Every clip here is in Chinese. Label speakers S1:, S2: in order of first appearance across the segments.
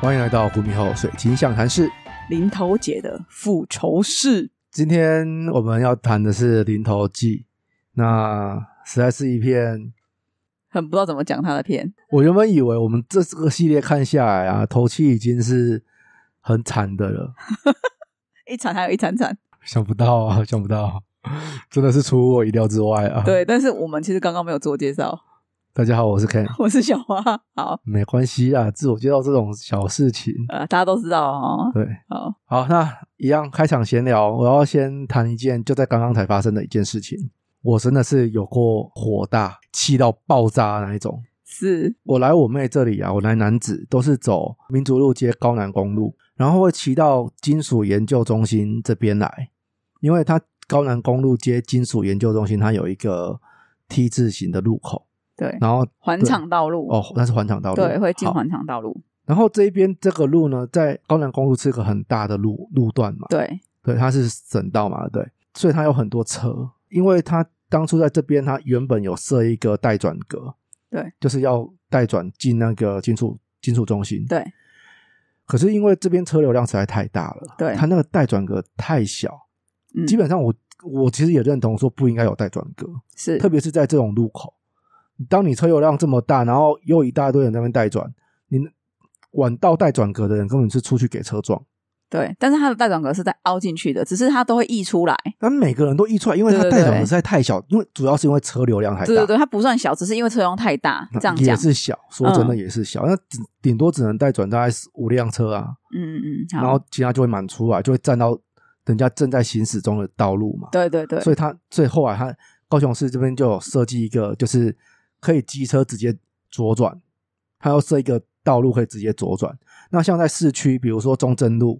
S1: 欢迎来到胡米后水晶象谈室。
S2: 林头姐的复仇式，
S1: 今天我们要谈的是《零头记》，那实在是一片。
S2: 很不知道怎么讲她的片。
S1: 我原本以为我们这这个系列看下来啊，头七已经是很惨的了，
S2: 一惨还有一惨惨，
S1: 想不到啊，想不到，真的是出乎我意料之外啊。，
S2: 对。但是我们其实刚刚没有自我介绍，
S1: 大家好，我是 Ken，
S2: 我是小花。好，
S1: 没关系啊，自我介绍这种小事情，
S2: 呃，大家都知道 哦。
S1: 对。
S2: 好，
S1: 好，那一样开场闲聊，我要先谈一件就在刚刚才发生的一件事情。我真的是有过火大、气到爆炸的那一种。
S2: 是
S1: 我来我妹这里啊，我来南子都是走民族路接高南公路，然后会骑到金属研究中心这边来，因为它高南公路接金属研究中心，它有一个 T 字形的路口，
S2: 对
S1: 然后
S2: 环
S1: 嗯对
S2: 场道路
S1: 哦，那是环场道路，
S2: 对，会进
S1: 好
S2: 环场道路，
S1: 然后这一边这个路呢，在高南公路是个很大的路路段嘛，
S2: 对
S1: 对，它是省道嘛，对，所以它有很多车，因为它当初在这边，它原本有设一个待转格，
S2: 对，
S1: 就是要待转进那个金属金属中心，。
S2: 对
S1: 可是因为这边车流量实在太大了，
S2: 对
S1: 它那个待转格太小，
S2: 嗯
S1: 基本上我我其实也认同说不应该有待转格，
S2: 是
S1: 特别是在这种路口，当你车流量这么大，然后又一大堆人在那边待转，你晚到待转格的人根本是出去给车撞。
S2: 对。但是它的带转格是在凹进去的，只是它都会溢出来。
S1: 但每个人都溢出来，因为它
S2: 对对
S1: 带转格
S2: 对
S1: 实在太小，因为主要是因为车流量太大，嗯
S2: 对对对，它不算小，只是因为车辆太大。这样
S1: 也
S2: 讲，
S1: 是小。说真的
S2: 嗯
S1: 也是小，那顶顶多只能带转大概五辆车啊，
S2: 嗯嗯嗯，
S1: 然
S2: 好
S1: 后，其他就会满出来，就会占到人家正在行驶中的道路嘛。
S2: 对对对，
S1: 所以他所以后来他高雄市这边就有设计一个，就是可以机车直接左转，他要设一个道路可以直接左转。那像在市区，比如说中正路，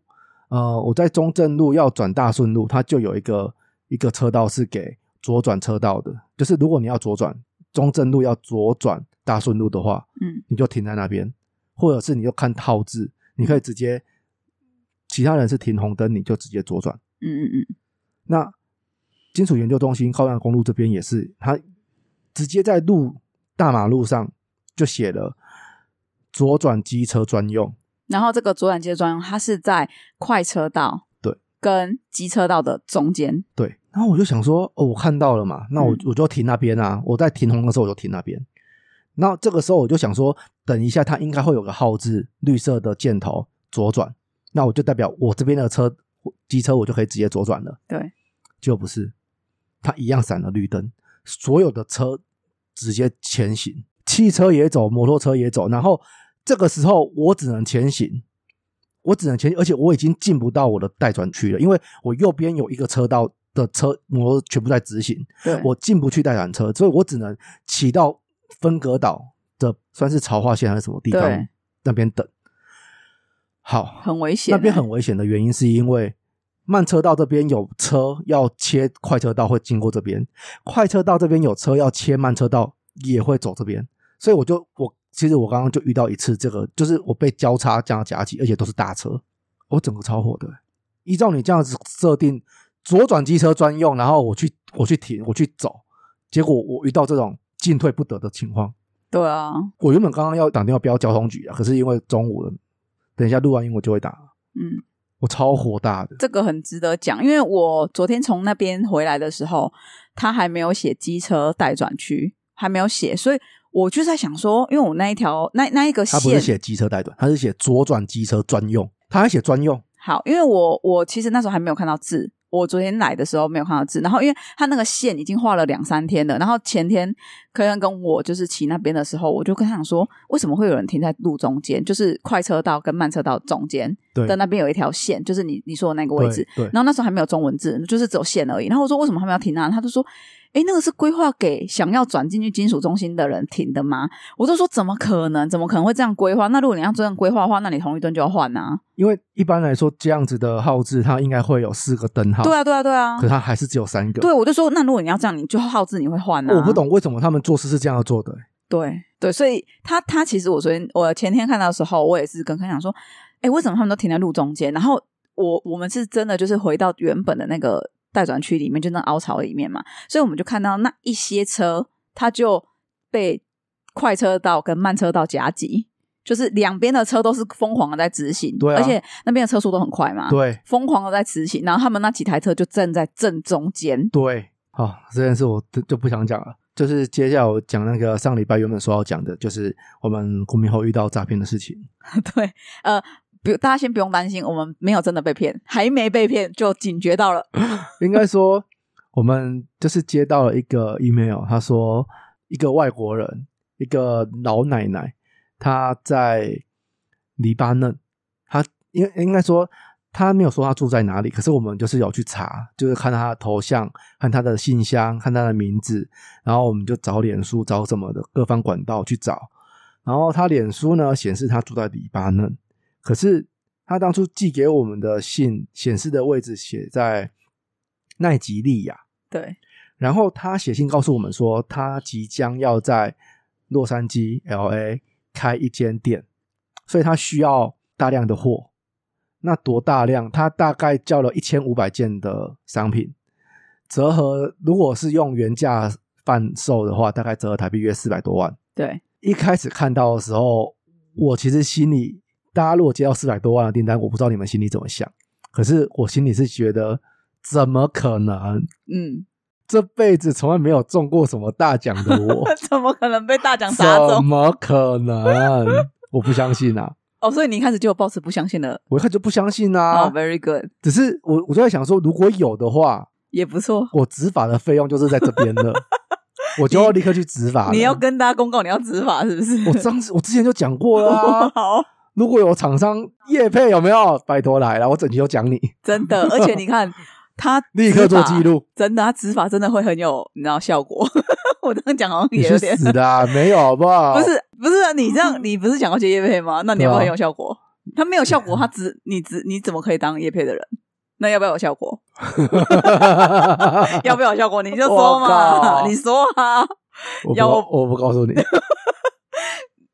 S1: 呃，我在中正路要转大顺路，它就有一个一个车道是给左转车道的，就是如果你要左转中正路要左转大顺路的话，
S2: 嗯，
S1: 你就停在那边，或者是你就看套字，你可以直接，其他人是停红灯，你就直接左转。
S2: 嗯嗯嗯，
S1: 那金属研究中心高南公路这边也是，它直接在路大马路上就写了左转机车专用，
S2: 然后这个左转街专用，它是在快车道
S1: 对
S2: 跟机车道的中间，
S1: 对。然后我就想说，哦，我看到了嘛，那我、
S2: 嗯
S1: 我就停那边啊，我在停红的时候我就停那边。那这个时候我就想说，等一下它应该会有个号字，绿色的箭头左转，那我就代表我这边的车机车我就可以直接左转了。
S2: 对，
S1: 就不是，他一样闪了绿灯，所有的车直接前行，汽车也走，摩托车也走，然后这个时候我只能前行，我只能前行，而且我已经进不到我的待转区了，因为我右边有一个车道的车摩托全部在直行，
S2: 对，
S1: 我进不去待转车，所以我只能骑到分隔岛的算是潮化线还是什么地方
S2: 对
S1: 那边等。好，
S2: 很危险、欸
S1: 那边很危险的原因是因为慢车道这边有车要切快车道会经过这边，快车道这边有车要切慢车道也会走这边，所以我就我其实我刚刚就遇到一次这个，就是我被交叉这样夹击，而且都是大车，我整个超火的。欸依照你这样子设定，左转机车专用，然后我去我去停我去走，结果我遇到这种进退不得的情况。
S2: 对啊，
S1: 我原本刚刚要打电话飙交通局啊，可是因为中午了，等一下录完音我就会打。
S2: 嗯，
S1: 我超火大的，
S2: 这个很值得讲，因为我昨天从那边回来的时候，他还没有写机车待转区，还没有写，所以我就在想说，因为我那一条那那一个
S1: 他不是
S2: 线，
S1: 写机车带转，他是写左转机车专用，他还写专用，
S2: 好，因为我我其实那时候还没有看到字。我昨天来的时候没有看到字，然后因为他那个线已经画了两三天了，然后前天科恩跟我就是骑那边的时候，我就跟他讲说，为什么会有人停在路中间，就是快车道跟慢车道中间
S1: 对
S2: 的那边有一条线，就是你你说的那个位置，
S1: 对，
S2: 然后那时候还没有中文字，就是只有线而已。然后我说为什么他们要停那？他就说，诶，那个是规划给想要转进去金属中心的人停的吗？我就说怎么可能？怎么可能会这样规划？那如果你要这样规划的话，那你同一顿就要换啊。
S1: 因为一般来说这样子的号志，它应该会有四个灯号，
S2: 对啊，对啊，对啊
S1: 可。它还是只有三个。
S2: 对，我就说，那如果你要这样，你就耗字你会换啊。
S1: 我不。懂为什么他们做事是这样做的、欸
S2: 对对，所以他他其实我昨天我前天看到的时候，我也是跟他讲说，诶，为什么他们都停在路中间？然后我我们是真的就是回到原本的那个待转区里面，就那凹槽里面嘛，所以我们就看到那一些车，它就被快车道跟慢车道夹击，就是两边的车都是疯狂的在直行，
S1: 对啊
S2: 而且那边的车速都很快嘛，，
S1: 对
S2: 疯狂的在直行，然后他们那几台车就站在正中间，
S1: 对，好、这件事我就就不想讲了。就是接下来我讲那个上礼拜原本说要讲的，就是我们国民后遇到诈骗的事情。
S2: 对，呃。不，大家先不用担心，我们没有真的被骗，还没被骗就警觉到了。
S1: 应该说，我们就是接到了一个 email，他说一个外国人，一个老奶奶，她在黎巴嫩，她应应该说她没有说她住在哪里，可是我们就是有去查，就是看她的头像，看她的信箱，看她的名字，然后我们就找脸书，找什么的各方管道去找，然后她脸书呢显示她住在黎巴嫩，可是他当初寄给我们的信显示的位置写在奈及利亚，
S2: 对，
S1: 然后他写信告诉我们说，他即将要在洛杉矶 （L.A.） 开一间店，所以他需要大量的货。那多大量？他大概叫了一千五百件的商品，折合如果是用原价贩售的话，大概折合台币约四百多万。
S2: 对，
S1: 一开始看到的时候，我其实心里，大家如果接到四百多万的订单，我不知道你们心里怎么想，可是我心里是觉得，怎么可能？
S2: 嗯，，
S1: 这辈子从来没有中过什么大奖的我
S2: 怎么可能被大奖砸
S1: 怎
S2: 中？
S1: 么可能？我不相信啊！
S2: 哦，所以你一开始就有抱持不相信的
S1: 我一看就不相信啊！
S2: 哦、，very good，
S1: 只是我我就在想说，如果有的话，
S2: 也不错。
S1: 我执法的费用就是在这边 了，我就要立刻去执法了。
S2: 你要跟大家公告你要执法是不是？，
S1: 我啊上次我之前就讲过了、啊
S2: 好，
S1: 如果有厂商业配有没有？拜托来了，我整集都讲 你，
S2: 真的，而且 你看他
S1: 立刻做
S2: 执法
S1: 记，录。
S2: 真的，他执法真的会很有你知道效果。 我这样讲好像
S1: 你
S2: 也有
S1: 去
S2: 点
S1: 死的 啊、没有好不好？
S2: 不，是不是啊，你这样你不是想要接叶配吗？那你要不
S1: 对
S2: 要
S1: 啊
S2: 很有效果？他没有效果，他只你只你怎么可以当叶配的人？那要不要有 效果？要不要有效果？你就说
S1: 我
S2: 嘛，
S1: 靠
S2: 你说啊，
S1: 我不
S2: 要我
S1: 我不告诉你。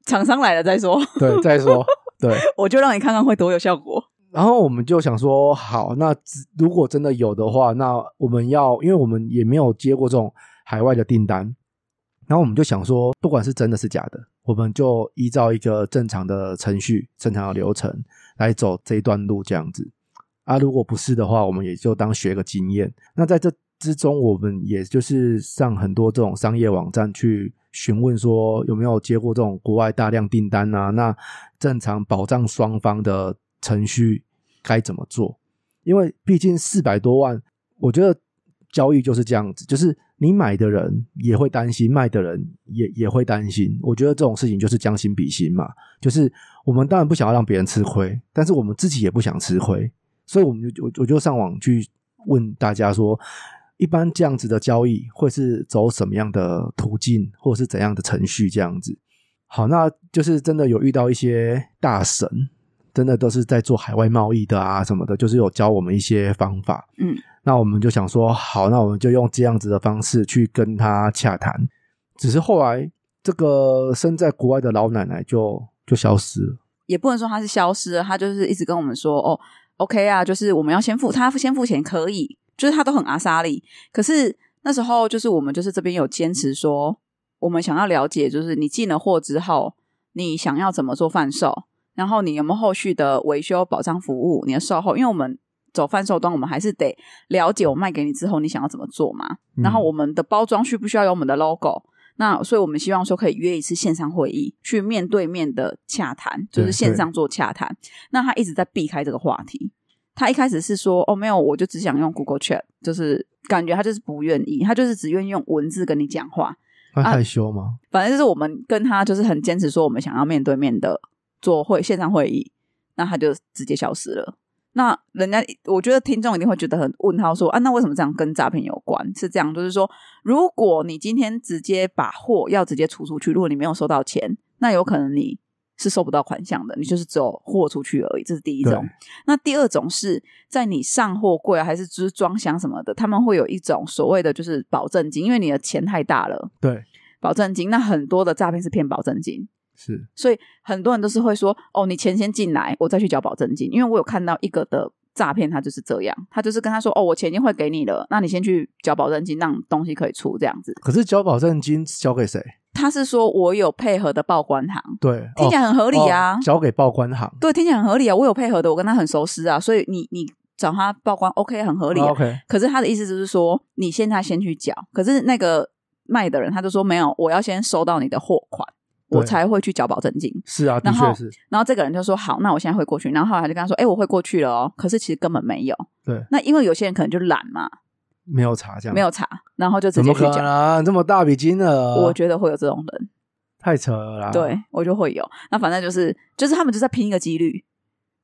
S2: 厂商来了再 说，
S1: 对，再说对，
S2: 我就让你看看会多有效果。
S1: 然后我们就想说，好，那只如果真的有的话，那我们要，因为我们也没有接过这种海外的订单，然后我们就想说，不管是真的是假的，我们就依照一个正常的程序、正常的流程来走这一段路这样子。啊，如果不是的话，我们也就当学个经验。那在这之中，我们也就是上很多这种商业网站去询问说有没有接过这种国外大量订单啊？那正常保障双方的程序该怎么做？因为毕竟四百多万，我觉得交易就是这样子，就是你买的人也会担心，卖的人也也会担心。我觉得这种事情就是将心比心嘛，就是我们当然不想要让别人吃亏，但是我们自己也不想吃亏，所以我们就我我就上网去问大家说。一般这样子的交易会是走什么样的途径，或者是怎样的程序这样子？好，那就是真的有遇到一些大神，真的都是在做海外贸易的啊什么的，就是有教我们一些方法。
S2: 嗯，
S1: 那我们就想说，好，那我们就用这样子的方式去跟他洽谈。只是后来这个身在国外的老奶奶就就消失了。
S2: 也不能说他是消失了，他就是一直跟我们说哦，OK 啊，就是我们要先付，他先付钱可以，就是他都很阿莎利。可是那时候就是我们就是这边有坚持说，我们想要了解，就是你进了货之后，你想要怎么做贩售，然后你有没有后续的维修保障服务，你的售后，因为我们。走贩售端，我们还是得了解我卖给你之后，你想要怎么做嘛？
S1: 嗯
S2: 然后我们的包装需不需要有我们的 logo？那所以我们希望说可以约一次线上会议，去面对面的洽谈，就是
S1: 对
S2: 线上做洽谈。那他一直在避开这个话题。他一开始是说：“哦，没有，我就只想用 Google Chat，就是感觉他就是不愿意，他就是只愿意用文字跟你讲话。
S1: 她
S2: 啊
S1: 害羞吗？
S2: 反正就是我们跟他就是很坚持说我们想要面对面的做会线上会议，那他就直接消失了。那人家我觉得听众一定会觉得很问号说啊，那为什么这样跟诈骗有关？是这样，就是说，如果你今天直接把货要直接出出去，如果你没有收到钱，那有可能你是收不到款项的，你就是只有货出去而已，这是第一种
S1: 对。
S2: 那第二种是在你上货柜啊还是就是装箱什么的，他们会有一种所谓的就是保证金，因为你的钱太大了，
S1: 对，
S2: 保证金。那很多的诈骗是骗保证金，
S1: 是
S2: 所以很多人都是会说：“哦，你钱先进来，我再去缴保证金。”因为我有看到一个的诈骗，他就是这样，他就是跟他说：“哦，我钱已经汇给你了，那你先去缴保证金，让东西可以出这样子。
S1: 可是交保证金交给谁？”
S2: 他是说我有配合的报关行，
S1: 对，
S2: 听起来很合
S1: 合
S2: 理啊。
S1: 交给报关行，
S2: 对，听起来很合理啊。我有配合的，我跟他很熟识啊，所以你你找他报关，OK，很合理、啊。
S1: 哦 OK，
S2: 可是他的意思就是说，你现在先去缴，可是那个卖的人他就说没有，我要先收到你的货款，
S1: 对
S2: 我才会去缴保证金。
S1: 是啊，的
S2: 然后
S1: 确是，
S2: 然后这个人就说好，那我现在会过去。然后后来他就跟他说，哎、我会过去了哦，可是其实根本没有。
S1: 对，嗯
S2: 那因为有些人可能就懒嘛，
S1: 没有查这样，
S2: 没有查，然后就直
S1: 怎
S2: 接
S1: 么
S2: 去
S1: 可
S2: 缴。
S1: 能这啊么大笔金额？
S2: 我觉得会有这种人，
S1: 太扯了啦。
S2: 对我就会有。那反正就是就是他们就在拼一个几率，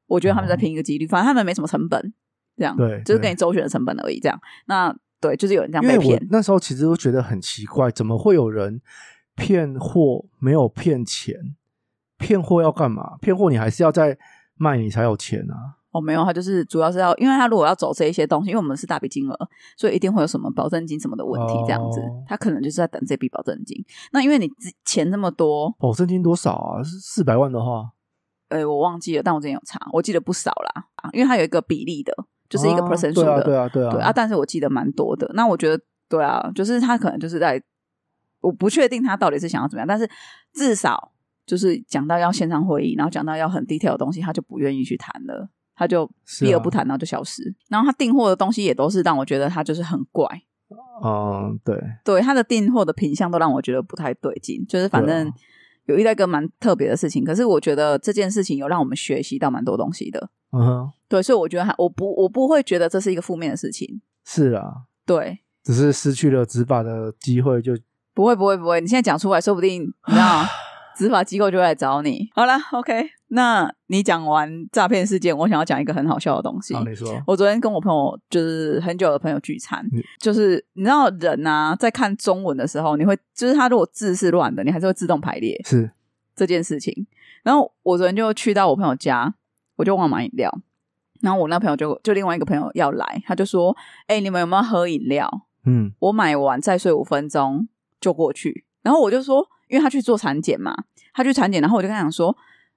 S2: 我觉得他们在拼一个几率，反正他们没什么成本，这样
S1: 哦对
S2: 就是
S1: 对
S2: 给你周旋的成本而已。这样，那对，就是有人这样
S1: 因
S2: 被
S1: 为我
S2: 骗，
S1: 那时候其实都觉得很奇怪，怎么会有人骗货没有骗钱？骗货要干嘛？骗货你还是要再卖你才有钱啊！
S2: 哦，没有，他就是主要是要，因为他如果要走这一些东西，因为我们是大笔金额，所以一定会有什么保证金什么的问题，这样子，
S1: 哦
S2: 他可能就是在等这笔保证金。那因为你之钱这么多，
S1: 保证金多少啊？是四百万的话，
S2: 呃，我忘记了，但我之前有查，我记得不少啦，啊因为它有一个比例的，就是一个
S1: 啊
S2: percent 数
S1: 对啊，
S2: 的，
S1: 对啊，
S2: 对
S1: 对
S2: 啊，
S1: 啊。
S2: 但是我记得蛮多的。那我觉得，对啊，就是他可能就是在，我不确定他到底是想要怎么样，但是至少就是讲到要线上会议，然后讲到要很 detail 的东西，他就不愿意去谈了，他就是避而
S1: 啊
S2: 不谈，然后就消失。然后他订货的东西也都是让我觉得他就是很怪，
S1: 嗯，对，
S2: 对他的订货的品相都让我觉得不太对劲，就是反
S1: 对啊
S2: 正。有遇到一个蛮特别的事情，可是我觉得这件事情有让我们学习到蛮多东西的，
S1: 嗯哼，
S2: 对，所以我觉得还我不我不会觉得这是一个负面的事情，
S1: 是啊，
S2: 对，
S1: 只是失去了执法的机会就，
S2: 不会不会不会，你现在讲出来，说不定你 知道，执法机构就会来找你。好啦 o、k 那你讲完诈骗事件，我想要讲一个很好笑的东西
S1: 好，。你说，
S2: 我昨天跟我朋友，就是很久的朋友聚餐
S1: 嗯，
S2: 就是你知道人啊，在看中文的时候，你会就是他如果字是乱的，你还是会自动排列
S1: 是
S2: 这件事情。然后我昨天就去到我朋友家，我就忘了买饮料，然后我那朋友就就另外一个朋友要来，他就说：“哎、你们有没有喝饮料？”
S1: 嗯，
S2: 我买完再睡五分钟就过去。然后我就说，因为他去做产检嘛，他去产检，然后我就跟他讲说，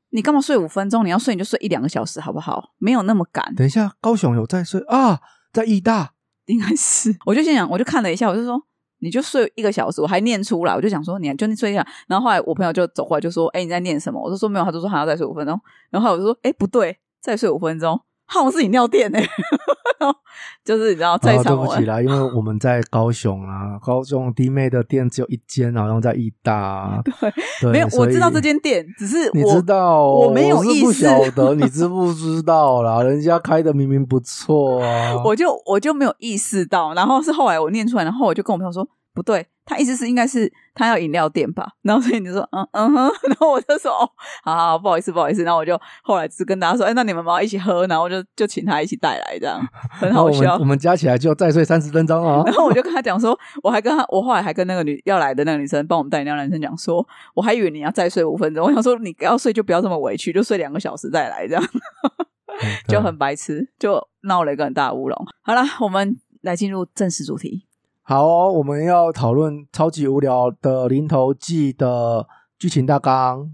S2: 你干嘛睡五分钟？你要睡你就睡一两个小时好不好？没有那么赶，
S1: 等一下，高雄有在睡啊，在义大，
S2: 应该是。 我就心想，我就看了一下，我就说。你就睡一个小时，我还念出来，我就想说你就睡一下。然后后来我朋友就走过来就说：“哎、你在念什么？”我就说没有，他就说还要再睡五分钟。然后后来我就说：“哎、不对，再睡五分钟，好像是饮料店呢、 然后就是你知道， 在
S1: 啊，对
S2: 场
S1: 不
S2: 我
S1: 起啦，因为我们在高雄啊，高中弟妹的店只有一间，好像在义大 啊，对，
S2: 没有，我
S1: 所以
S2: 知道这间店，只是
S1: 你
S2: 我
S1: 知道，
S2: 我没有
S1: 是
S2: 意
S1: 不
S2: 识
S1: 晓得你知不知道啦？人家开的明明不错啊，
S2: 我就我就没有意识到，然后是后来我念出来，然后我就跟我朋友说不对，他意思是应该是他要饮料店吧，然后所以你就说嗯嗯哼， 然后我就说哦，好好好不好意思不好意思，然后我就后来只跟大家说，哎，那你们要不要一起喝，然后就就请他一起带来，这样很
S1: 然后
S2: 好
S1: 我们
S2: 笑
S1: 我。们加起来就再睡三十分钟 啊
S2: 然，后我就跟他讲说，我还跟他，我后来还跟那个女要来的那个女生帮我们带饮料的男生讲说，我还以为你要再睡五分钟，我想说你要睡就不要这么委屈，就睡两个小时再来这样。
S1: 嗯
S2: 就
S1: 对
S2: 很白痴，就闹了一个很大的乌龙。好啦，我们来进入正式主题。
S1: 好哦、我们要讨论超级无聊的《零头记》的剧情大纲。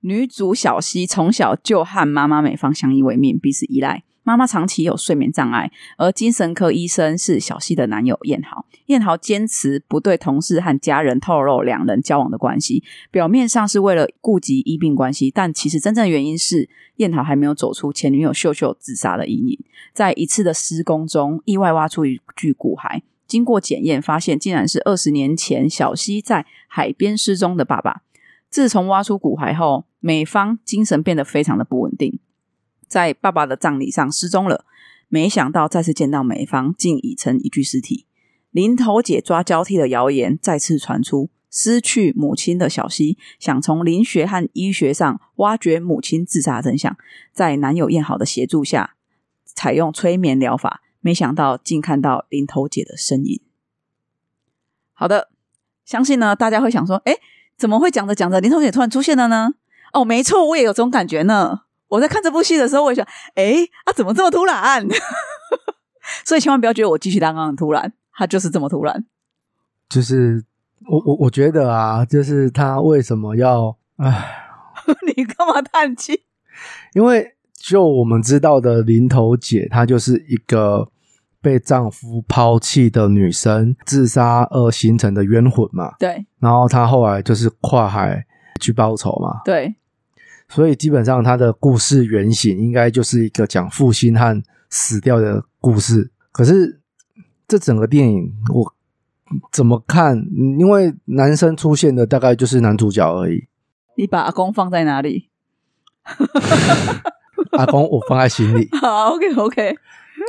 S2: 女主小西从小就和妈妈美方相依为命，彼此依赖。妈妈长期有睡眠障碍，而精神科医生是小西的男友燕豪。燕豪坚持不对同事和家人透露两人交往的关系，表面上是为了顾及医病关系，但其实真正的原因是燕豪还没有走出前女友秀秀自杀的阴影。在一次的施工中，意外挖出一具骨骸，经过检验发现，竟然是二十年前小西在海边失踪的爸爸。自从挖出骨骸后，美方精神变得非常的不稳定，在爸爸的葬礼上失踪了。没想到再次见到美方，竟已成一具尸体。林头姐抓交替的谣言再次传出，失去母亲的小西想从灵学和医学上挖掘母亲自杀的真相，在男友燕好的协助下，采用催眠疗法，没想到竟看到林头姐的身影。好的，相信呢大家会想说，哎，怎么会讲着讲着林头姐突然出现了呢？哦，没错，我也有这种感觉呢。我在看这部戏的时候，我也想，哎，啊，怎么这么突然？ 所以千万不要觉得我继续刚刚很突然，它就是这么突然。
S1: 就是我我我觉得啊，就是他为什么要唉，
S2: 你干嘛叹气？
S1: 因为就我们知道的林头姐，她就是一个被丈夫抛弃的女生自杀而形成的冤魂嘛，
S2: 对
S1: 然后她后来就是跨海去报仇嘛，
S2: 对
S1: 所以基本上她的故事原型应该就是一个讲负心汉死掉的故事。可是这整个电影我怎么看？嗯因为男生出现的大概就是男主角而已，
S2: 你把阿公放在哪里？
S1: 阿公我放在心里，
S2: 好，OK OK，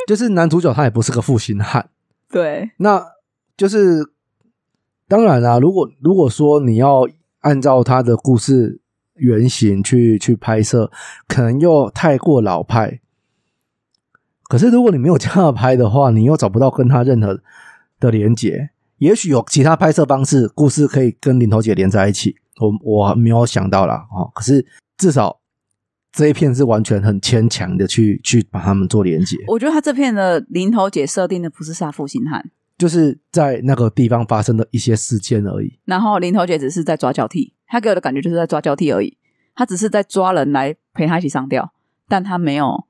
S1: 就是男主角他也不是个负心汉。
S2: 对
S1: 那就是当然啦、如果如果说你要按照他的故事原型去去拍摄，可能又太过老派。可是如果你没有 这样拍的话，你又找不到跟他任何的连结。也许有其他拍摄方式，故事可以跟林头姐连在一起。我我没有想到啦，哦，可是至少这一片是完全很牵强的去去把他们做连接。
S2: 我觉得他这片的林头姐设定的不是杀负心汉，
S1: 就是在那个地方发生的一些事件而已。
S2: 然后林头姐只是在抓交替，她给我的感觉就是在抓交替而已，她只是在抓人来陪她一起上吊，但她没有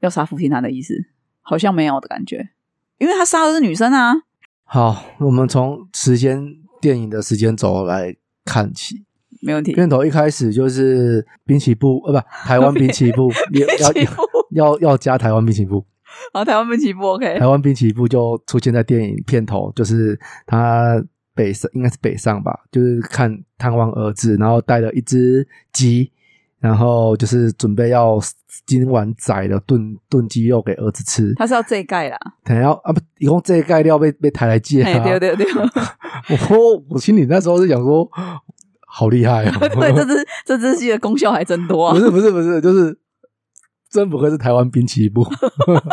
S2: 要杀负心汉的意思，好像没有的感觉，因为她杀的是女生啊，
S1: 好，我们从时间电影的时间轴来看起。
S2: 没问题。
S1: 片头一开始就是滨崎步，呃，不，台湾滨崎步 也要
S2: 起步，
S1: 要要加台湾滨崎步，
S2: 然后台湾被起步 OK，
S1: 台湾滨崎步就出现在电影片头，就是他北上应该是北上吧，就是看探望儿子，然后带了一只鸡，然后就是准备要今晚宰了炖炖鸡肉给儿子吃，
S2: 她是要这一 盖啦，
S1: 等要啊不，一共这个盖料被被抬来借
S2: 哎
S1: 啊！
S2: 对对对，
S1: 我我心里那时候是想说，好厉害哦！
S2: 对这支这支戏的功效还真多、啊
S1: 不， 是不是不是，就是真不愧是台湾滨崎步，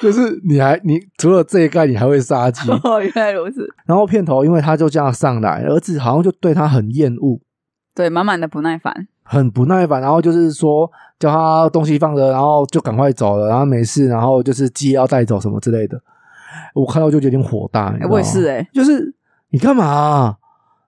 S1: 就是你还你除了这一盖，你还会杀 鸡。
S2: 哦原来如此，
S1: 然后片头因为他就这样上来，儿子好像就对他很厌恶，
S2: 对，满满的不耐烦，
S1: 很不耐烦，然后就是说叫他东西放着，然后就赶快走了，然后没事，然后就是鸡要带走什么之类的。我看到就有点火大，你知
S2: 哎、
S1: 道吗
S2: 我也是哎、
S1: 就是你干嘛啊、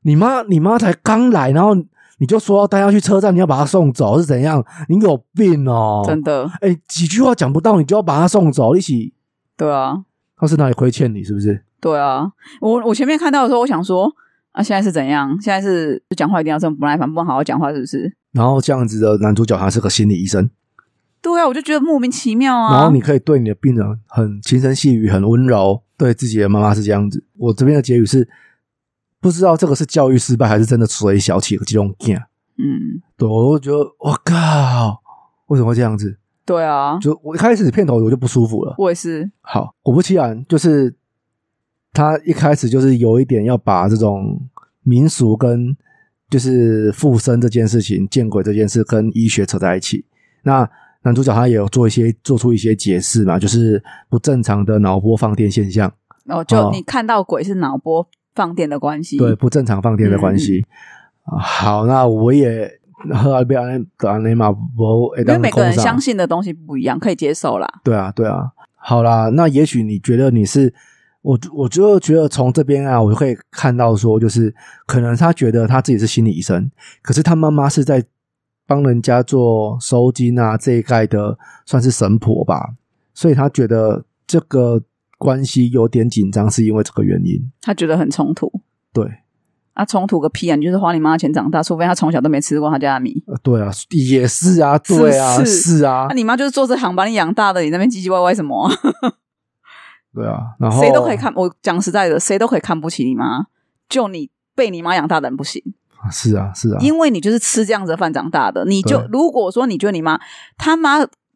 S1: 你妈你妈才刚来，然后你就说要带她去车站，你要把她送走是怎样？你有病哦！
S2: 真的，
S1: 哎、几句话讲不到，你就要把她送走，一起
S2: 对啊，
S1: 她是哪里亏欠你是不是？
S2: 对啊，我我前面看到的时候，我想说啊，现在是怎样？现在是就讲话一定要这么不耐烦，不能好好讲话，是不是？
S1: 然后这样子的男主角他是个心理医生，
S2: 对啊，我就觉得莫名其妙啊。
S1: 然后你可以对你的病人很轻声细语，很温柔，对自己的妈妈是这样子。我这边的结语是，不知道这个是教育失败还是真的水小起了这种劲。
S2: 嗯，
S1: 对，我就觉得我靠，为什么会这样子？
S2: 对啊，
S1: 就我一开始片头我就不舒服了。
S2: 我也是，
S1: 好，果不其然，就是他一开始就是有一点要把这种民俗跟就是附身这件事情、见鬼这件事跟医学扯在一起。那男主角他也有做一些做出一些解释嘛，就是不正常的脑波放电现象，
S2: 哦，就
S1: 哦
S2: 你看到鬼是脑波放电的关系，
S1: 对不正常放电的关
S2: 嗯
S1: 系。啊好，那我也喝阿贝安内的安内马波，哎
S2: 因为每个人相信的东西不一样，可以接受啦。
S1: 对啊，对啊。好啦，那也许你觉得你是我，我就觉得从这边啊，我就可以看到说，就是可能他觉得他自己是心理医生，可是他妈妈是在帮人家做收金啊这一概的，算是神婆吧，所以他觉得这个关系有点紧张，是因为这个原因。
S2: 他觉得很冲突
S1: 对，
S2: 啊，冲突个屁啊！你就是花你妈的钱长大，除非他从小都没吃过他家的米。
S1: 呃对啊，也是啊，对啊，
S2: 是
S1: 是
S2: 不是
S1: 啊
S2: 那、，你妈就是做这行把你养大的，你那边唧唧歪歪什么啊、
S1: 对啊，然后
S2: 谁都可以看。我讲实在的，谁都可以看不起你妈，就你被你妈养大的人不行。
S1: 是啊，是啊，
S2: 因为你就是吃这样子的饭长大的，你就
S1: 对
S2: 如果说你觉得你妈他妈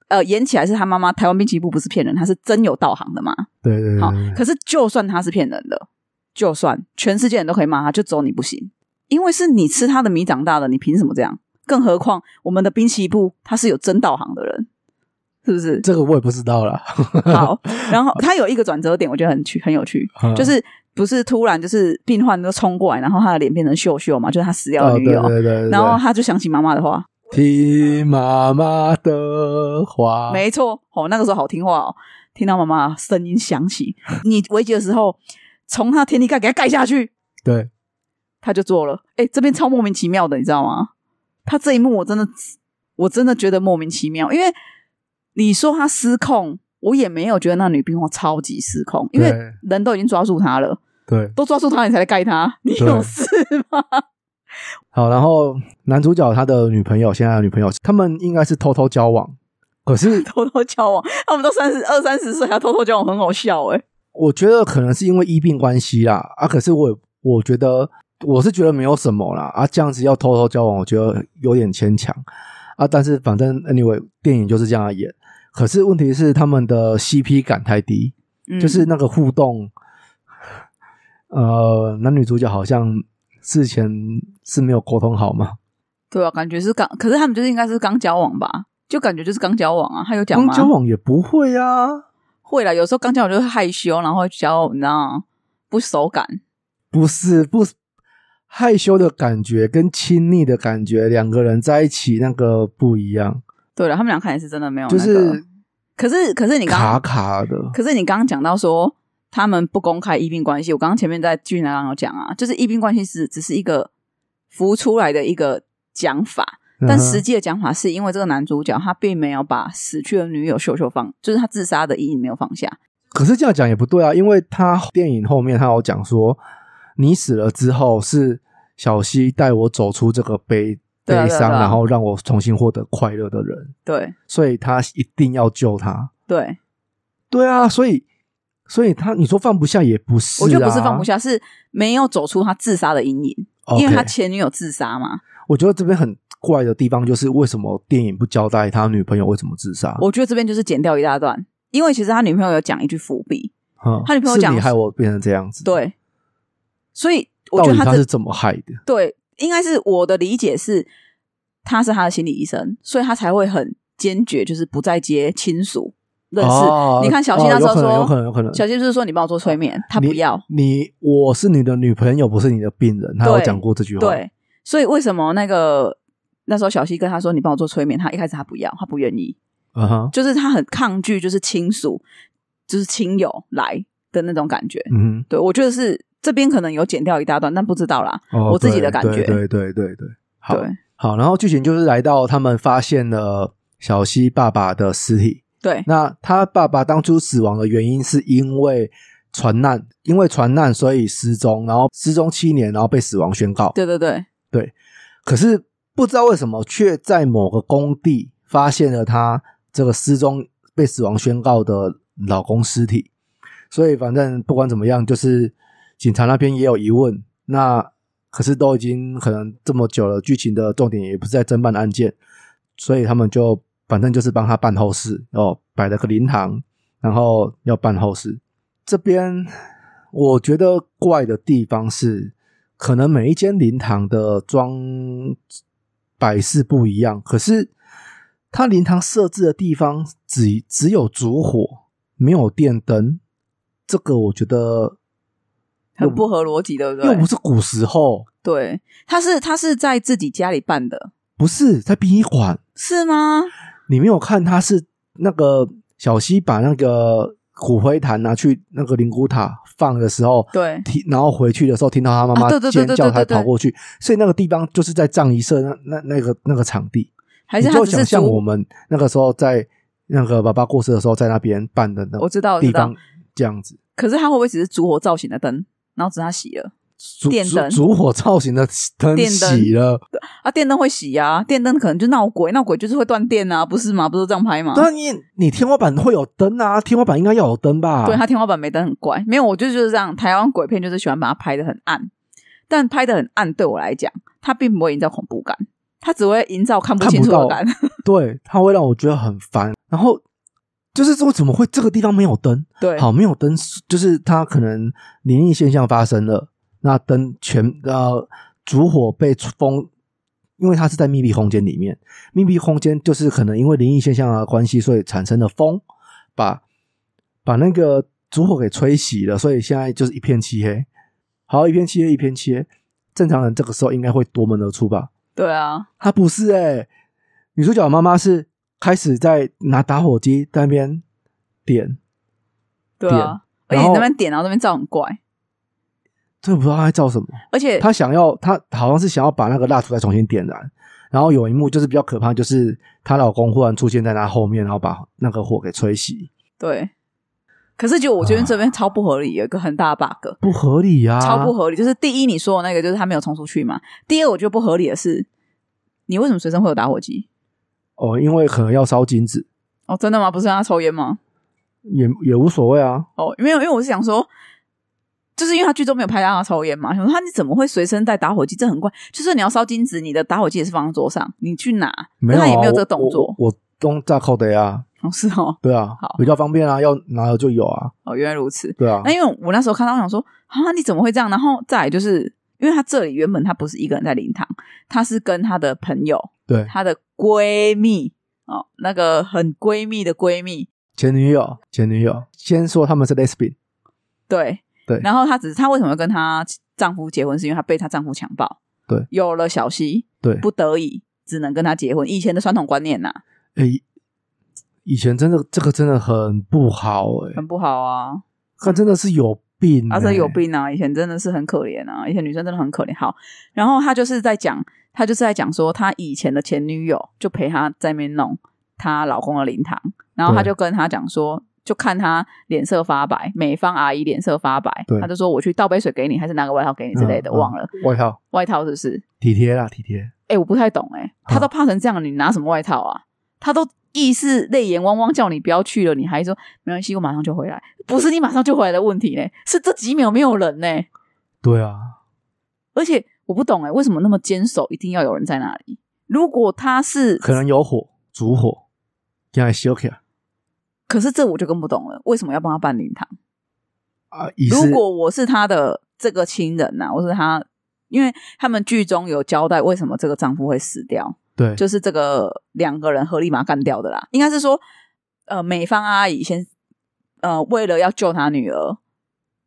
S2: 呃演起来是他妈妈，台湾滨崎步不是骗人，他是真有道行的嘛。
S1: 对对对
S2: 好
S1: 对，
S2: 可是就算他是骗人的，就算全世界人都可以骂他，就只有你不行，因为是你吃他的米长大的，你凭什么这样？更何况我们的滨崎步他是有真道行的人，是不是？
S1: 这个我也不知道啦。
S2: 好，然后他有一个转折点，我觉得很趣，很有趣，就是。不是突然就是病患都冲过来，然后他的脸变成秀秀嘛，就是他死 掉
S1: 哦，
S2: 的
S1: 对
S2: 女友，
S1: 对对对，
S2: 然后
S1: 对
S2: 他就想起妈妈的话，
S1: 听妈妈的话，
S2: 没错，哦，那个时候好听话哦，听到妈妈的声音响起，你危急的时候，从他天地盖给他盖下去，
S1: 对，
S2: 他就做了。哎，这边超莫名其妙的，你知道吗？他这一幕我真的，我真的觉得莫名其妙，因为你说他失控，我也没有觉得那女兵荒超级失控，因为
S1: 对
S2: 人都已经抓住她了，
S1: 对，
S2: 都抓住她，你才来盖她，你
S1: 对
S2: 有事吗？
S1: 好，然后男主角他的女朋友，现在的女朋友，他们应该是偷偷交往，可是
S2: 偷偷交往，他们都三十二三十岁还偷偷交往，很好笑哎、
S1: 我觉得可能是因为医病关系啦，啊，可是我也我觉得我是觉得没有什么啦，啊，这样子要偷偷交往，我觉得有点牵强啊，但是反正 anyway 电影就是这样演，可是问题是他们的 CP 感太低，
S2: 嗯
S1: 就是那个互动，呃，男女主角好像事前是没有沟通好嘛，
S2: 对啊，感觉是刚，可是他们就是应该是刚交往吧，就感觉就是刚交往啊。他有讲
S1: 刚
S2: 吗？
S1: 交往也不会啊，
S2: 会啦，有时候刚交往就是害羞，然后交往，你知道吗不手感。
S1: 不是不是害羞的感觉跟亲昵的感觉，两个人在一起那个不一样，
S2: 对了，他们俩看来是真的没有、那
S1: 就
S2: 个，
S1: 是
S2: 可是可是你刚
S1: 卡卡的。
S2: 可是你刚刚讲到说他们不公开医病关系，我刚刚前面在剧男郎有讲啊，就是医病关系是只是一个浮出来的一个讲法，但
S1: 嗯哼
S2: 实际的讲法是因为这个男主角他并没有把死去的女友秀秀放，就是他自杀的阴影没有放下。
S1: 可是这样讲也不对啊，因为他电影后面他有讲说，你死了之后是小西带我走出这个悲
S2: 对啊
S1: 悲
S2: 对啊
S1: 伤，
S2: 对啊
S1: 然后让我重新获得快乐的人，
S2: 对
S1: 所以他一定要救他。
S2: 对，
S1: 对啊，所以所以他你说放不下也不是、啊，
S2: 我觉得不是放不下，是没有走出他自杀的阴影，
S1: OK，
S2: 因为他前女友自杀嘛。
S1: 我觉得这边很怪的地方就是为什么电影不交代他女朋友为什么自杀？
S2: 我觉得这边就是剪掉一大段，因为其实他女朋友有讲一句伏笔，
S1: 嗯
S2: 他女朋友
S1: 是
S2: 讲
S1: 你
S2: 是
S1: 害我变成这样子，，
S2: 对，所以我
S1: 到
S2: 觉
S1: 底
S2: 得
S1: 他
S2: 这
S1: 是怎么害的？
S2: 对，应该是我的理解是，他是他的心理医生，所以他才会很坚决，就是不再接亲属认识。
S1: 哦
S2: 你看小新那时候说，
S1: 哦有可能有可能有可能
S2: 小新就是说你帮我做催眠，他不
S1: 你啊
S2: 要，
S1: 你，我是你的女朋友，不是你的病人。他有
S2: 对
S1: 讲过这句话，，
S2: 对，所以为什么那个那时候小西跟他说你帮我做催眠，他一开始他不要，他不愿意，
S1: 嗯哼，
S2: 就是他很抗拒，就是亲属，就是亲友来的那种感觉。
S1: 嗯
S2: 对我觉得是这边可能有剪掉一大段，但不知道啦。
S1: 哼，哦
S2: 我自己
S1: 对
S2: 的感觉
S1: 对对对对对，好
S2: 对
S1: 好。然后剧情就是来到他们发现了小西爸爸的尸体。
S2: 对
S1: 那他爸爸当初死亡的原因是因为船难，因为船难所以失踪，然后失踪七年，然后被死亡宣告。
S2: 对对对，
S1: 可是不知道为什么，却在某个工地发现了他这个失踪被死亡宣告的老公尸体。所以反正不管怎么样，就是警察那边也有疑问。那可是都已经可能这么久了，剧情的重点也不是在侦办案件，所以他们就反正就是帮他办后事哦，摆了个灵堂，然后要办后事。这边我觉得怪的地方是，可能每一间灵堂的装摆饰不一样，可是它灵堂设置的地方只只有烛火，没有电灯，这个我觉得
S2: 很不合逻辑，对不对？
S1: 又不是古时候，
S2: 对，他是他是在自己家里办的，
S1: 不是在殡仪馆，
S2: 是吗？
S1: 你没有看他是那个小西把那个骨灰坛拿去那个灵骨塔放的时候，
S2: 对
S1: 听，然后回去的时候听到他妈
S2: 啊
S1: 妈
S2: 对对对
S1: 尖
S2: 对
S1: 叫，
S2: 对
S1: 才
S2: 对对
S1: 跑过去。所以那个地方就是在葬仪社那那那个那个场地，
S2: 还是
S1: 你
S2: 他
S1: 就
S2: 只是
S1: 想象
S2: 租
S1: 我们那个时候在那个爸爸过世的时候，在那边办的那
S2: 我知道我知
S1: 地
S2: 道
S1: 方，这样子，
S2: 可是他会不会只是烛火造型的灯，然后只是他洗了
S1: 烛
S2: 电
S1: 烛
S2: 灯
S1: 烛火造型的灯
S2: 电灯
S1: 洗了，
S2: 啊？电灯会洗啊，电灯可能就闹鬼，闹鬼就是会断电啊，不是吗？不是这样拍吗？
S1: 当然你你天花板会有灯啊，天花板应该要有灯吧？
S2: 对，他天花板没灯很怪，没有，我就就是这样。台湾鬼片就是喜欢把它拍的很暗，但拍的很暗对我来讲，它并不会营造恐怖感，它只会营造看不
S1: 看
S2: 清
S1: 不
S2: 楚的
S1: 到
S2: 感。
S1: 对，它会让我觉得很烦。然后就是说，怎么会这个地方没有灯？
S2: 对，
S1: 好，没有灯，就是它可能灵异现象发生了，那灯全呃烛火被封，因为它是在密闭空间里面，密闭空间就是可能因为灵异现象的关系，所以产生了风，把把那个烛火给吹熄了，所以现在就是一片漆黑。好，一片漆黑，一片漆黑。正常人这个时候应该会夺门而出吧？
S2: 对啊，
S1: 他不是哎、女主角的妈妈是开始在拿打火机在那边点，
S2: 对啊。而
S1: 点
S2: 且
S1: 然
S2: 你
S1: 后
S2: 那边点，然后那边照很怪，
S1: 这不知道她在照什么。
S2: 而且
S1: 她想要，她好像是想要把那个蜡烛再重新点燃。然后有一幕就是比较可怕，就是她老公忽然出现在她后面，然后把那个火给吹熄。
S2: 对。可是就我觉得这边超不合理，有一个很大的 bug，
S1: 不合理啊，
S2: 超不合理。就是第一，你说的那个就是他没有冲出去嘛；第二，我觉得不合理的是，你为什么随身会有打火机？
S1: 哦，因为可能要烧金子，
S2: 哦，真的吗？不是让他抽烟吗？
S1: 也也无所谓啊。
S2: 哦，没有，因为我是想说，就是因为他剧中没有拍到他抽烟嘛，想说他你怎么会随身带打火机？这很怪。就是你要烧金子，你的打火机也是放在桌上，你去拿，
S1: 没有、
S2: 他
S1: 啊，
S2: 也没有
S1: 我
S2: 这个动作。
S1: 我我用炸扣的呀，
S2: 哦，是哦，
S1: 对啊
S2: 好，
S1: 比较方便啊，要拿了就有啊，
S2: 哦，原来如此。
S1: 对啊
S2: 那，因为我那时候看到，我想说啊，你怎么会这样？然后再来就是，因为他这里原本他不是一个人在灵堂，他是跟他的朋友、
S1: 对，
S2: 他的闺蜜哦，那个很闺蜜的闺蜜，
S1: 前女友，前女友，先说他们是 lesbian，
S2: 对
S1: 对
S2: 然后她只是她为什么跟她丈夫结婚，是因为她被她丈夫强暴，
S1: 对，
S2: 有了小溪，
S1: 对，
S2: 不得已只能跟他结婚。以前的传统观念呐、
S1: 诶、以前真的这个真的很不好诶、
S2: 很不好啊，
S1: 看真的是有病、欸，
S2: 啊，这有，病啊！以前真的是很可怜啊，以前女生真的很可怜。好，然后她就是在讲，她就是在讲说，她以前的前女友就陪她在那边弄她老公的灵堂，然后她
S1: 对
S2: 就跟她讲说。就看她脸色发白，美方阿姨脸色发白
S1: 对，
S2: 她就说我去倒杯水给你，还是拿个外套给你之类的，
S1: 嗯嗯
S2: 忘了
S1: 外套
S2: 外套是不是？
S1: 体贴啦，体贴，
S2: 哎、我不太懂哎、
S1: 嗯
S2: 他都怕成这样了，你拿什么外套啊？他都意是泪眼汪汪叫你不要去了，你还说没关系，我马上就回来。不是你马上就回来的问题呢、是这几秒没有人呢、
S1: 对啊，
S2: 而且我不懂哎、为什么那么坚守一定要有人在那里？如果他是，
S1: 可能有火，烛火，现在修起来
S2: 可是这我就更不懂了，为什么要帮他办灵堂？
S1: 啊，以
S2: 如
S1: 是
S2: 果我是他的这个亲人呐、我是他，因为他们剧中有交代为什么这个丈夫会死掉，
S1: 对，
S2: 就是这个两个人合力把他干掉的啦。应该是说，呃，美方阿姨先呃为了要救她女儿，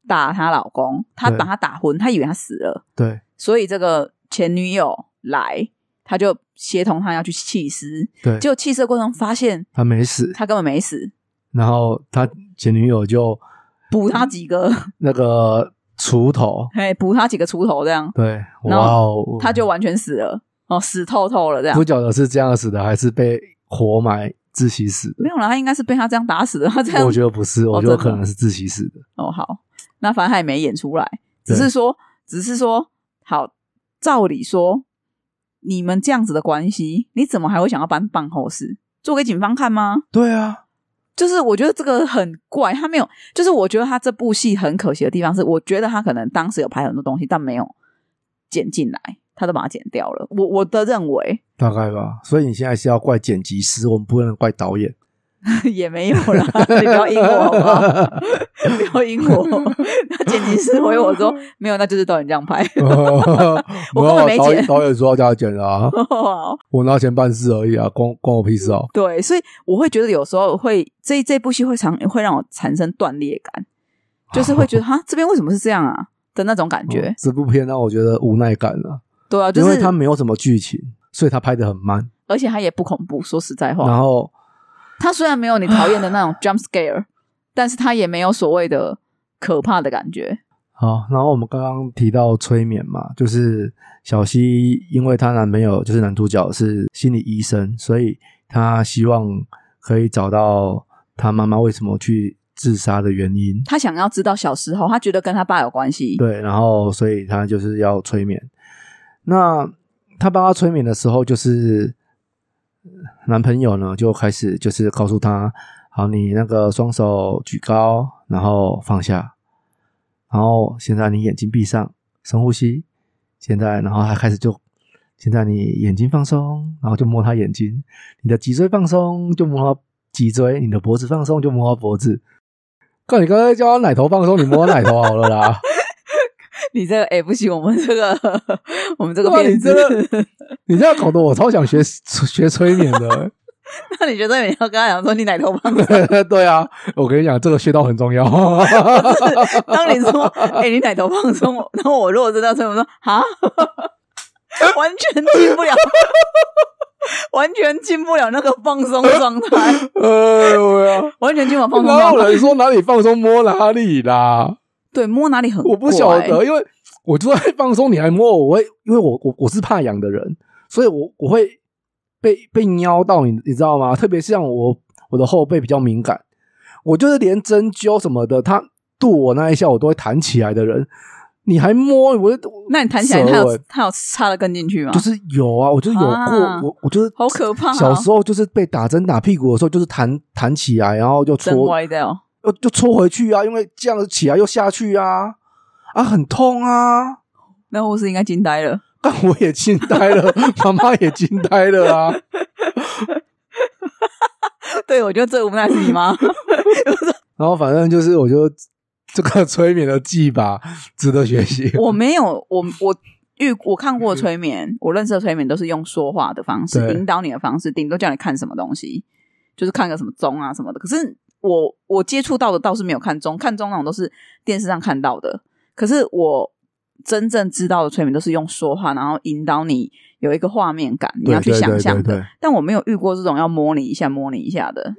S2: 打她老公，她
S1: 对
S2: 把她打昏，她以为她死了，
S1: 对
S2: 所以这个前女友来，她就协同她要去弃尸，
S1: 对，
S2: 结果弃尸的过程中发现
S1: 他没死，
S2: 她根本没死，
S1: 然后他前女友就
S2: 补她 几个，
S1: 那个锄头，
S2: 嘿，补她几个锄头这样，
S1: 对，哇
S2: 然
S1: 哦，
S2: 她就完全死了，哦，死透透了这样
S1: 不。晓得是这样死的，还是被活埋窒息死的
S2: 没。有啦，她应该是被她这样打死的。她这样
S1: 我觉得不是，我觉
S2: 真
S1: 得
S2: 的
S1: 可能是窒息死的。
S2: 哦，好，那反正他也没演出来，只
S1: 对
S2: 是说，只是说，好，照理说，你们这样子的关系，你怎么还会想要办办后事，做给警方看吗？
S1: 对啊，
S2: 就是我觉得这个很怪，他没有，就是我觉得他这部戏很可惜的地方是，我觉得他可能当时有拍很多东西，但没有剪进来，他都把它剪掉了。我我的认为
S1: 大概吧。所以你现在是要怪剪辑师，我们不能怪导演。
S2: 也没有啦，你不要阴我好不好？ 不要阴我， 那剪辑师回我说没有，那就是导演这样拍。
S1: 没
S2: 我根本没
S1: 有啊导
S2: 剪
S1: 演导演说要叫他剪的啊，
S2: 哦，
S1: 我拿钱办事而已啊，关关我屁事哦。
S2: 对，所以我会觉得有时候会这这部戏会常会让我产生断裂感，就是 会觉得哈这边为什么是这样啊的那种感觉。
S1: 哦这部片让我觉得无奈感了，
S2: 对啊，就
S1: 因为
S2: 是
S1: 它没有什么剧情，所以它拍的很慢。
S2: 而且它也不恐怖。说实在
S1: 然
S2: 话，
S1: 后
S2: 它虽然没有你讨厌的那种 jump scare，但 是它也没有所谓的可怕的感觉。
S1: 好，然后我们刚刚提到催眠嘛，就是小西因为她男朋友就是男主角是心理医生，所以她希望可以找到她妈妈为什么去自杀的原因。
S2: 他想要知道小时候，他觉得跟他爸有关系。
S1: 对，然后所以她就是要催眠。那她帮她催眠的时候，就是呃男朋友呢就开始就是告诉她，好，你那个双手举高，然后放下，然后现在你眼睛闭上，深呼吸。现在，然后他开始就，现在你眼睛放松，然后就摸他眼睛，你的脊椎放松就摸他脊椎，你的脖子放松就摸他脖子。看你刚才叫他奶头放松，你摸他奶头好了啦。
S2: 你这个哎、不行，我们这个 我们这个
S1: 哇
S2: 片
S1: 你
S2: 子
S1: 真，的你这样搞得我超想学 学催眠的、
S2: 那你觉得你要跟他讲说你奶头棒
S1: 对啊，我跟你讲，这个穴道很重 要。哎
S2: 当你说“哎、你奶头 放松”，然后我如果真的要催我说“啊”， 完全进不了， 完全进不了那个放松状 态，
S1: 哎呦呀，
S2: 完全进不了放松
S1: 哪
S2: 状
S1: 有
S2: 态。
S1: 人说哪里放松摸哪里啦？
S2: 对，摸哪里很
S1: 我不
S2: 怪
S1: 晓得，因为我就在放松，你还摸我，我会因为我我我是怕痒的人，所以我我会被被瞄到你，你知道吗？特别是像我我的后背比较敏感，我就是连针灸什么的，他剁我那一下，我都会弹起来的人，你还摸我就？
S2: 那你弹起来，它
S1: 蛇
S2: 有
S1: 尾
S2: 它有插的更进去吗？
S1: 就是有啊，我就是有过，
S2: 啊
S1: 我我就是
S2: 好可怕哦
S1: 小时候就是被打针打屁股的时候，就是弹弹起来，然后就
S2: 真
S1: 戳，
S2: 歪的哦。
S1: 呃就戳回去啊，因为这样起来又下去啊，啊很痛啊。
S2: 那护士应该惊 呆了。
S1: 但我也惊呆了，妈妈也惊呆了啊！
S2: 对，我觉得最无奈是你妈。
S1: 然后反正就是，我觉得这个催眠的技法值得学习。
S2: 我没有，我我遇我看过催眠，我认识的催眠都是用说话的方式
S1: 嗯对
S2: 引导你的方式，顶多叫你看什么东西，就是看个什么钟啊什么的。可是我我接触到的倒是没有看钟，看钟那种都是电视上看到的。可是我真正知道的催眠都是用说话，然后引导你有一个画面感，你要去
S1: 对对
S2: 想象
S1: 对对
S2: 的。
S1: 对
S2: 但我没有遇过这种要摸你一下摸你一下的。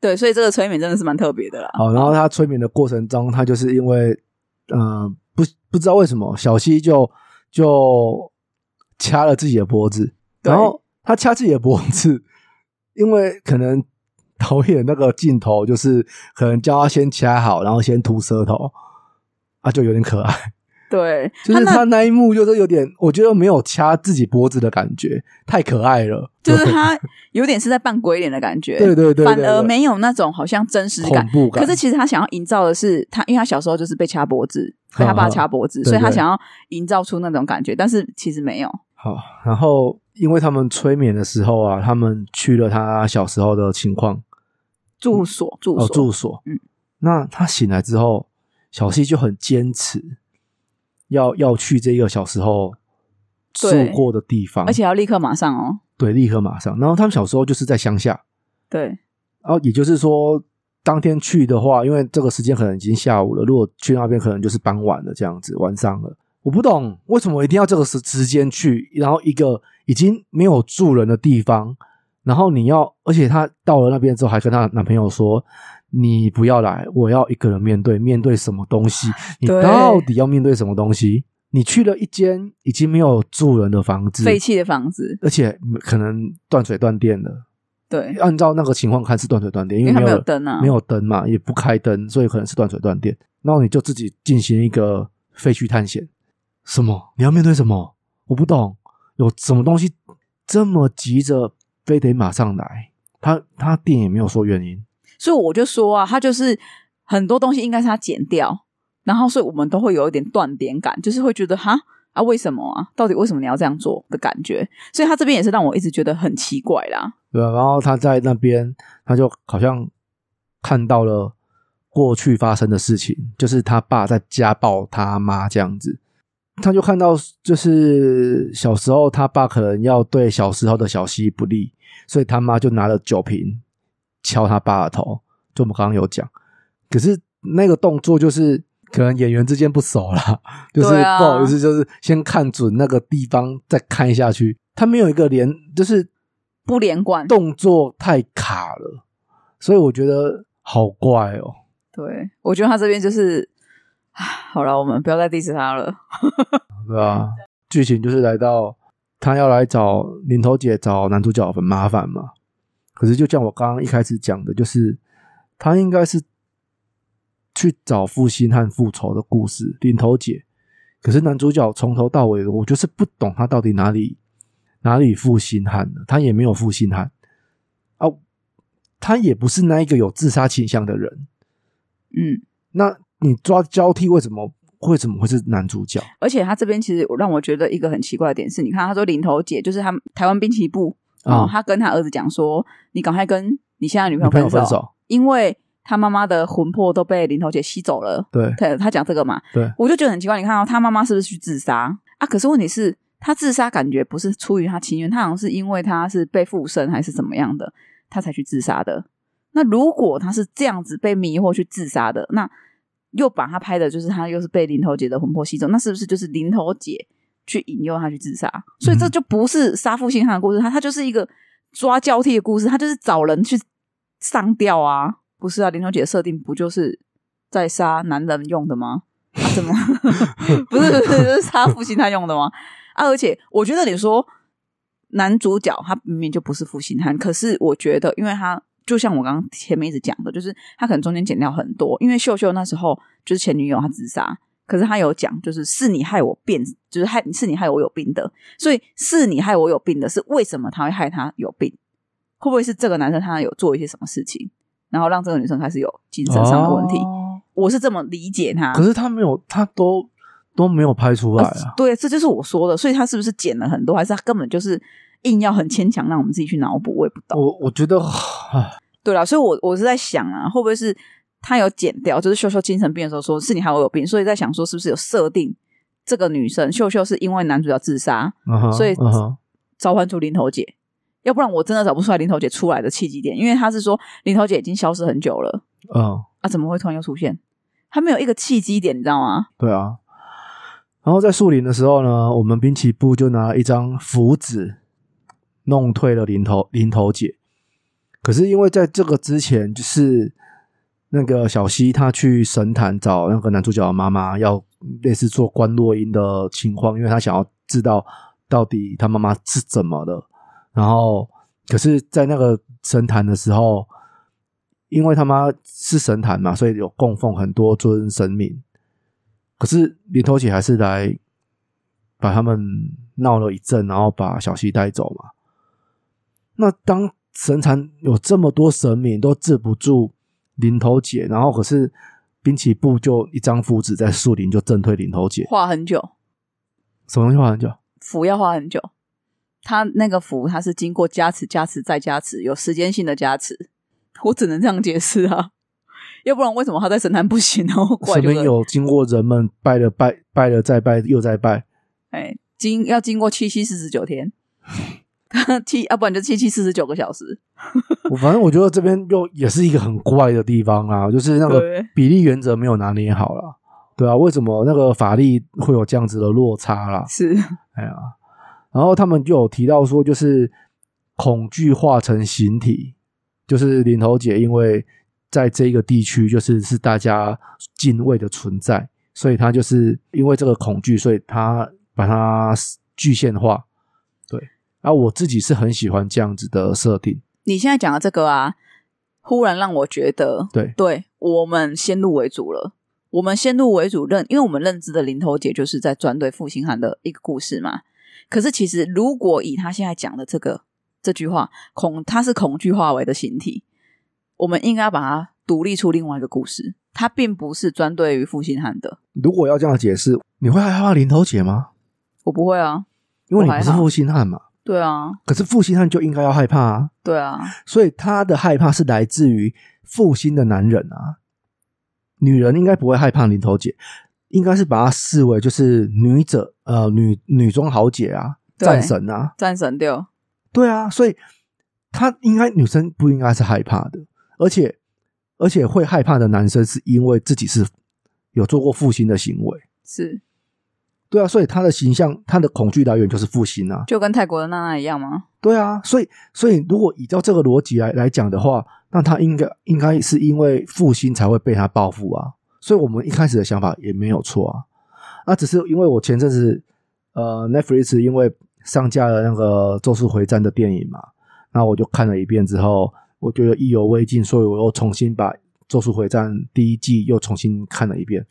S2: 对，所以这个催眠真的是蛮特别的啦。
S1: 好，然后他催眠的过程中，他就是因为呃不不知道为什么，小西就就掐了自己的脖子，
S2: 对
S1: 然后他掐自己的脖子， 因为可能导演那个镜头就是可能叫他先掐好，然后先吐舌头，啊，就有点可爱。
S2: 对，
S1: 就是
S2: 那
S1: 他那一幕就是有点，我觉得没有掐自己脖子的感觉，太可爱了，
S2: 就是他有点是在扮鬼脸的感觉，
S1: 对对对对
S2: 反而没有那种好像真实
S1: 恐
S2: 感。
S1: 怖感。
S2: 可是其实他想要营造的是他，因为他小时候就是被掐脖子，被他爸掐脖子，
S1: 对对
S2: 所以他想要营造出那种感觉，但是其实没有。
S1: 好，然后因为他们催眠的时候啊，他们去了他小时候的情况
S2: 住所，住
S1: 哦
S2: 所，
S1: 住所，
S2: 嗯，
S1: 那他醒来之后，小西就很坚持要要去这个小时候住
S2: 对
S1: 过的地方，
S2: 而且要立刻马上哦。
S1: 对立刻马上。然后他们小时候就是在乡下，
S2: 对，
S1: 然后也就是说，当天去的话，因为这个时间可能已经下午了，如果去那边可能就是傍晚了，这样子晚上了。我不懂为什么一定要这个时时间去，然后一个已经没有住人的地方，然后你要，而且她到了那边之后，还跟她男朋友说：“你不要来，我要一个人面对，面对什么东西？你
S2: 对
S1: 到底要面对什么东西？”你去了一间已经没有住人的房子，
S2: 废弃的房子，
S1: 而且可能断水断电了。
S2: 对，
S1: 按照那个情况看是断水断电，因
S2: 因
S1: 为
S2: 为他
S1: 没
S2: 没
S1: 有
S2: 有灯啊，
S1: 没，有灯嘛，也不开灯，所以可能是断水断电。然后你就自己进行一个废墟探险。什么？你要面对什么？我不懂，有什么东西这么急着非得马上来？他他店也没有说原因，
S2: 所以我就说啊，他就是很多东西应该是他剪掉，然后所以我们都会有一点断点感，就是会觉得哈啊为什么啊，到底为什么你要这样做的感觉，所以他这边也是让我一直觉得很奇怪啦。
S1: 对吧、然后他在那边，他就好像看到了过去发生的事情，就是他爸在家暴他妈这样子。他就看到，就是小时候他爸可能要对小时候的小西不利，所以他妈就拿了酒瓶敲他爸的头。就我们刚刚有讲，可是那个动作就是可能演员之间不熟啦，就是
S2: 对啊
S1: 不好意思，就是先看准那个地方再看下去。他没有一个连，就是
S2: 不连贯，
S1: 动作太卡了，所以我觉得好怪哦。
S2: 对我觉得他这边就是，唉好了，我们不要再 diss 他了。
S1: 对啊，剧情就是来到他要来找林头姐找男主角很麻烦嘛。可是就像我刚刚一开始讲的，就是他应该是去找负心汉复仇的故事，林头姐。可是男主角从头到尾，我就是不懂他到底哪里哪里负心汉了，他也没有负心汉啊，他也不是那一个有自杀倾向的人。
S2: 嗯，
S1: 那你抓交替，为什么为什么会是男主角？
S2: 而且他这边其实让我觉得一个很奇怪的点是，你看他说领头姐就是他们台湾兵棋部
S1: 啊
S2: 哦，他跟他儿子讲说，你赶快跟你现在的女
S1: 女朋
S2: 朋
S1: 友
S2: 友
S1: 分
S2: 分
S1: 手，
S2: 因为他妈妈的魂魄都被林头姐吸走了。
S1: 对
S2: 对，他讲这个嘛，
S1: 对
S2: 我就觉得很奇怪。你看、哦，他妈妈是不是去自杀啊？可是问题是，他自杀感觉不是出于他情愿，他好像是因为他是被附身还是怎么样的，他才去自杀的。那如果他是这样子被迷惑去自杀的，那又把他拍的就是他又是被林头姐的魂魄吸走，那是不是就是林头姐去引诱他去自杀？所以这
S1: 嗯
S2: 就不是杀父心汉的故事，他他就是一个抓交替的故事，他就是找人去上吊啊，不是啊？林头姐的设定不就是在杀男人用的吗？啊怎么 不是不是，就是杀父心汉用的吗？啊，而且我觉得你说男主角他明明就不是负心汉，可是我觉得因为他就像我刚刚前面一直讲的，就是他可能中间剪掉很多，因为秀秀那时候就是前女友她自杀，可是他有讲，就是是你害我变，就是害是你害我有病的，所以是你害我有病的是为什么他会害他有病？会不会是这个男生他有做一些什么事情，然后让这个女生开始有精神上的问题？啊
S1: 哦
S2: 我是这么理解他。
S1: 可是他没有，他都都没有拍出来啊。
S2: 对，这就是我说的，所以他是不是剪了很多，还是他根本就是硬要很牵强让我们自己去脑补？我也不懂。
S1: 我我觉得， 唉
S2: 对啦，所以我我是在想啊，会不会是他有减掉，就是秀秀精神病的时候说是你还有病，所以在想说是不是有设定这个女生秀秀是因为男主角自杀
S1: 嗯哼
S2: 所以
S1: 嗯哼
S2: 召唤出林头姐，要不然我真的找不出来林头姐出来的契机点，因为他是说林头姐已经消失很久了
S1: 嗯，
S2: 啊，怎么会突然又出现？他没有一个契机点，你知道吗？
S1: 对啊。然后在树林的时候呢，我们滨崎步就拿了一张符纸弄退了林头林头姐。可是因为在这个之前，就是那个小西她去神坛找那个男主角的妈妈，要类似做关洛音的情况，因为她想要知道到底她妈妈是怎么了。然后，可是，在那个神坛的时候，因为他妈是神坛嘛，所以有供奉很多尊神明。可是林头姐还是来把他们闹了一阵，然后把小西带走嘛。那当神坛有这么多神明都治不住林头姐，然后可是滨崎步就一张符纸在树林就震退林头姐，
S2: 画很久，
S1: 什么东西画很久？
S2: 符要画很久。他那个符，他是经过加持、加持再加持，有时间性的加持。我只能这样解释啊，要不然为什么他在神坛不行？然后怪
S1: 神
S2: 就
S1: 明
S2: 是
S1: 有经过人们拜了拜，拜了再拜，又再拜，
S2: 哎，经要经过七七四十九天，七啊要、不然就七七四十九个小时。
S1: 我 反正我觉得这边又也是一个很怪的地方啊，就是那个
S2: 对
S1: 比例原则没有拿捏好啦。对啊，为什么那个法律会有这样子的落差啦？
S2: 是
S1: 哎呀，然后他们就有提到说，就是恐惧化成形体，就是林头姐因为在这个地区就是是大家敬畏的存在，所以她就是因为这个恐惧，所以她把它具现化。对，啊，我自己是很喜欢这样子的设定。
S2: 你现在讲的这个啊，忽然让我觉得，
S1: 对
S2: 对我们先入为主了。我们先入为主认，因为我们认知的林头姐就是在专对负心汉的一个故事嘛。可是其实，如果以他现在讲的这个这句话，恐他是恐惧化为的形体，我们应该把它独立出另外一个故事。它并不是专对于负心汉的，
S1: 如果要这样解释，你会害怕林头姐吗？
S2: 我不会啊，
S1: 因为你
S2: 我还
S1: 不是
S2: 好
S1: 负心汉嘛。
S2: 对啊，
S1: 可是负心汉就应该要害怕啊，
S2: 对啊，
S1: 所以他的害怕是来自于负心的男人啊。女人应该不会害怕林头姐，应该是把她视为就是女者，呃，女女中豪杰啊，
S2: 对
S1: 战神啊，
S2: 战神六，
S1: 对啊，所以她应该女生不应该是害怕的，而且而且会害怕的男生是因为自己是有做过负心的行为，
S2: 是
S1: 对啊，所以他的形象，他的恐惧来源就是负心啊，
S2: 就跟泰国的娜娜一样吗？
S1: 对啊，所以所以如果依照这个逻辑来来讲的话，那他应该应该是因为负心才会被他报复啊。所以我们一开始的想法也没有错啊。那只是因为我前阵子呃 Netflix 因为上架了那个《咒术回战》的电影嘛，那我就看了一遍之后，我觉得意犹未尽，所以我又重新把《咒术回战》第一季又重新看了一遍，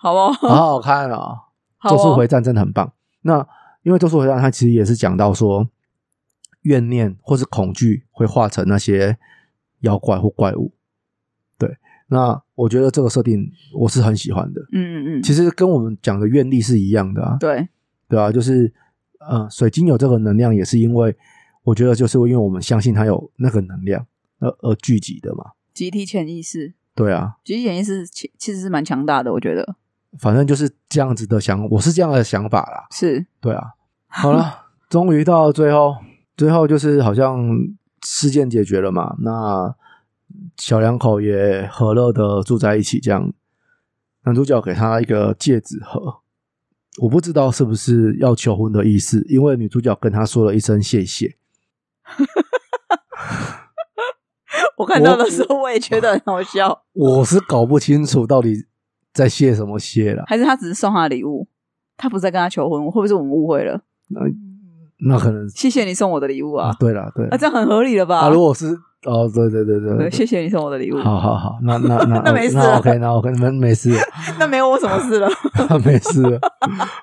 S2: 好哦，
S1: 好好看啊、哦！
S2: 好
S1: 咒术
S2: 哦，
S1: 回战》真的很棒。那因为《咒术回战》它其实也是讲到说，怨念或是恐惧会化成那些妖怪或怪物。对，那我觉得这个设定我是很喜欢的。
S2: 嗯嗯嗯，
S1: 其实跟我们讲的愿力是一样的啊，
S2: 对，
S1: 对啊，就是呃，水晶有这个能量，也是因为我觉得就是因为我们相信它有那个能量，而而聚集的嘛。
S2: 集体潜意识，
S1: 对啊，
S2: 集体潜意识其其实是蛮强大的，我觉得
S1: 反正就是这样子的想，我是这样的想法啦。
S2: 是
S1: 对啊，好了，终于到最后，最后就是好像事件解决了嘛，那小两口也和乐的住在一起，这样男主角给他一个戒指盒，我不知道是不是要求婚的意思，因为女主角跟他说了一声谢谢，
S2: 我看到的时候我也觉得很好 笑，
S1: 我是搞不清楚到底在谢什么谢了，
S2: 还是他只是送他的礼物，他不是在跟他求婚，会不会是我们误会了？
S1: 那可能
S2: 谢谢你送我的礼物啊，
S1: 对了，对
S2: 啊，这样很合理了吧？
S1: 啊，如果是哦，对对对
S2: 对
S1: 对，
S2: 谢谢你送我的礼物，
S1: 好好好，那那那
S2: 那没事
S1: 那
S2: 了
S1: OK，那 OK，你们没事，
S2: 那没有我什么事了。
S1: 没事了。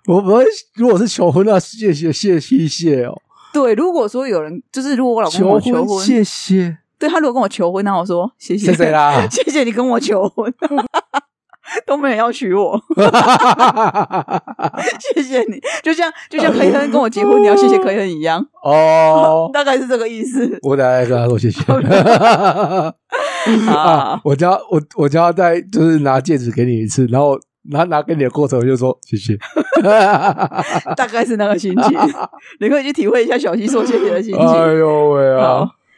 S1: 我我如果是求婚那谢谢谢谢谢哦，
S2: 对，如果说有人就是如果我老公跟
S1: 求
S2: 我求婚，
S1: 婚谢谢
S2: 对他如果跟我求婚，那我说谢谢
S1: 谢谢啦，
S2: 谢谢你跟我求婚， 都没人要娶我，谢谢你，就像 就像黑恩跟我结婚，你要谢谢黑恩一样，
S1: 哦，
S2: 大概是这个 意思。
S1: 我等下再跟他说谢谢。啊
S2: 啊！
S1: 我就要我我就要再就是拿戒指给你一次，然后拿拿给你的过程我就说谢谢。
S2: 大概是那个心情，你可以去体会一下小溪说谢谢的心情。
S1: 哎呦喂
S2: 好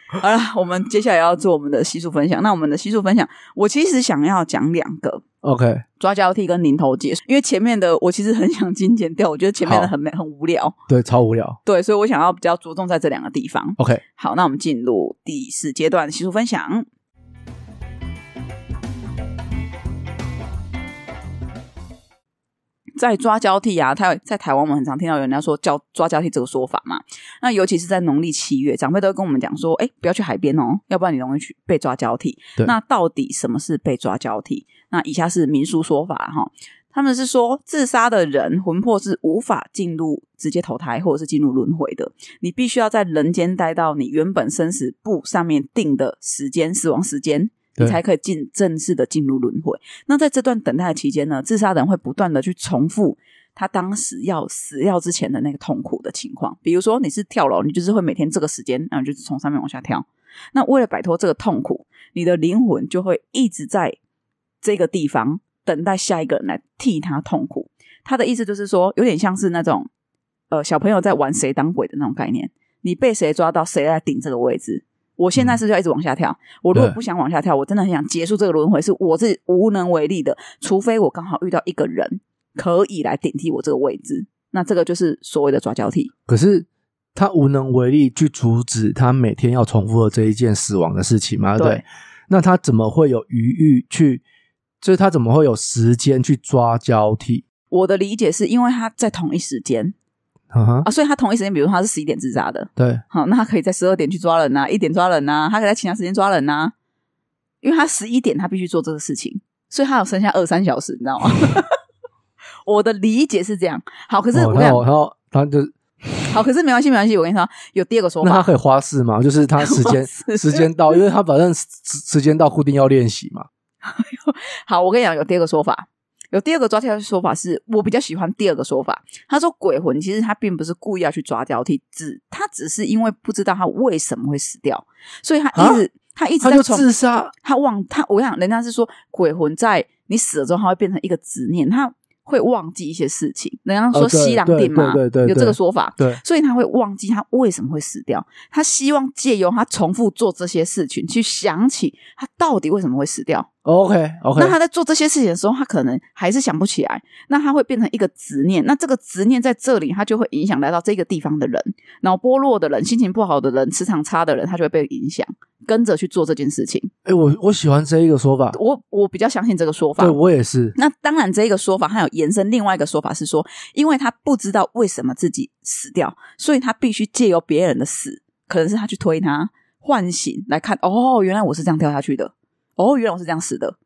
S1: 啊！，
S2: 好了，我们接下来要做我们的习俗分享。那我们的习俗分享，我其实想要讲两个，
S1: OK，
S2: 抓交替跟零头节，因为前面的我其实很想精简掉，我觉得前面的很没很无聊，
S1: 对，超无聊。
S2: 对，所以我想要比较着重在这两个地方。
S1: OK，
S2: 好，那我们进入第四阶段习俗分享。在抓交替啊，他在台湾我们很常听到有人家说叫抓交替这个说法嘛。那尤其是在农历七月，长辈都会跟我们讲说，哎，不要去海边哦，要不然你容易去被抓交替
S1: 对。
S2: 那到底什么是被抓交替？那以下是民俗说法哈、他们是说自杀的人魂魄是无法进入直接投胎或者是进入轮回的，你必须要在人间待到你原本生死簿上面定的时间死亡时间。你
S1: 对
S2: 才可以进正式的进入轮回。那在这段等待的期间呢，自杀的人会不断的去重复他当时要死掉之前的那个痛苦的情况。比如说你是跳楼，你就是会每天这个时间，然后你就是从上面往下跳。那为了摆脱这个痛苦，你的灵魂就会一直在这个地方等待下一个人来替他痛苦。他的意思就是说，有点像是那种呃小朋友在玩谁当鬼的那种概念，你被谁抓到，谁来顶这个位置。我现在是不是要一直往下跳，我如果
S1: 对
S2: 不想往下跳，我真的很想结束这个轮回，是我自己无能为力的，除非我刚好遇到一个人可以来顶替我这个位置。那这个就是所谓的抓交替，
S1: 可是他无能为力去阻止他每天要重复的这一件死亡的事情嘛，对不对
S2: 对？
S1: 那他怎么会有余裕去？就是他怎么会有时间去抓交替？
S2: 我的理解是因为他在同一时间
S1: 嗯哼，
S2: 啊，所以他同一时间，比如说他是十一点自杀的，
S1: 对，
S2: 好，那他可以在十二点去抓人呐、啊一点抓人呐、他可以在其他时间抓人呐、因为他十一点他必须做这个事情，所以他有剩下二三小时，你知道吗？ 我的理解是这样，好，可是
S1: 哦
S2: 我跟你
S1: 然
S2: 讲
S1: 后然后他就
S2: 好，可是没关系，没关系，我跟你说，有第二个说
S1: 那他
S2: 法，
S1: 可以花式嘛？就是他时间
S2: 花式
S1: 时间到，因为他反正时时间到固定要练习嘛。
S2: 好，我跟你讲，有第二个说法，有第二个抓交替的说法是我比较喜欢第二个说法。他说鬼魂其实他并不是故意要去抓交替，只他只是因为不知道他为什么会死掉，所以他一直他一直
S1: 啊他
S2: 在
S1: 就
S2: 从
S1: 自杀，
S2: 他忘他，我想人家是说鬼魂在你死了之后，他会变成一个执念，他会忘记一些事情。人家
S1: 哦
S2: 说
S1: 对
S2: 西郎
S1: 对
S2: 定嘛，
S1: 对对对
S2: 有这
S1: 对
S2: 个说法，
S1: 对
S2: 所以他会忘记他为什么会死掉。他希望借由他重复做这些事情，去想起他到底为什么会死掉。
S1: ，OK OK，
S2: 那他在做这些事情的时候，他可能还是想不起来，那他会变成一个执念。那这个执念在这里，他就会影响来到这个地方的人，脑波弱的人、心情不好的人、磁场差的人，他就会被影响，跟着去做这件事情。
S1: 哎、我我喜欢这一个说法，
S2: 我我比较相信这个说法
S1: 对。我也是，
S2: 那当然，这个说法还有延伸另外一个说法是说，因为他不知道为什么自己死掉，所以他必须借由别人的死，可能是他去推他唤醒来看，哦，原来我是这样掉下去的，哦，原来我是这样死的，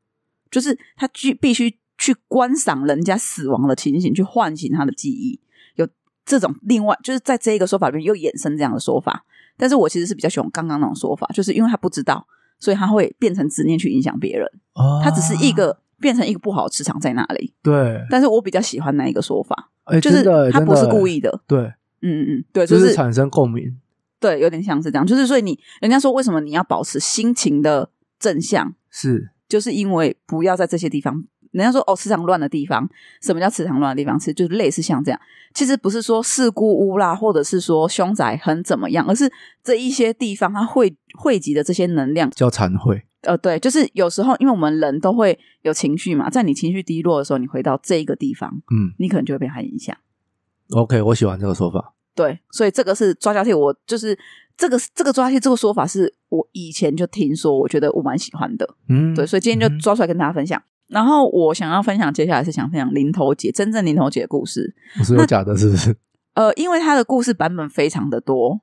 S2: 就是他去必须去观赏人家死亡的情形，去唤醒他的记忆。有这种另外，就是在这一个说法里面又衍生这样的说法，但是我其实是比较喜欢刚刚那种说法，就是因为他不知道，所以他会变成执念去影响别人。
S1: 哦
S2: 它只是一个变成一个不好的磁场在那里。
S1: 对，
S2: 但是我比较喜欢那一个说法，
S1: 哎、
S2: 就是
S1: 真的
S2: 他不是故，意
S1: 真
S2: 的。
S1: 的对，
S2: 嗯嗯嗯，对，
S1: 就
S2: 就是是
S1: 产生共鸣，
S2: 对，有点像是这样。就是所以你人家说为什么你要保持心情的正向，
S1: 是
S2: 就是因为不要在这些地方。人家说哦，磁场乱的地方，什么叫磁场乱的地方？其实就是类似像这样，其实不是说事故屋啦，或者是说凶宅很怎么样，而是这一些地方它汇汇集的这些能量，
S1: 叫嗯忏悔，
S2: 呃，对，就是有时候因为我们人都会有情绪嘛，在你情绪低落的时候，你回到这一个地方，
S1: 嗯
S2: 你可能就会被它影响。
S1: ，OK，我喜欢这个说法，
S2: 对，所以这个是抓交替，我就是这个这个抓交替这个说法是我以前就听说，我觉得我蛮喜欢的。
S1: 嗯，
S2: 对，所以今天就抓出来跟大家分享。然后我想要分享，接下来是想分享零头姐真正零头姐的故事。
S1: 不是有假的，是不是？
S2: 呃，因为它的故事版本非常的多，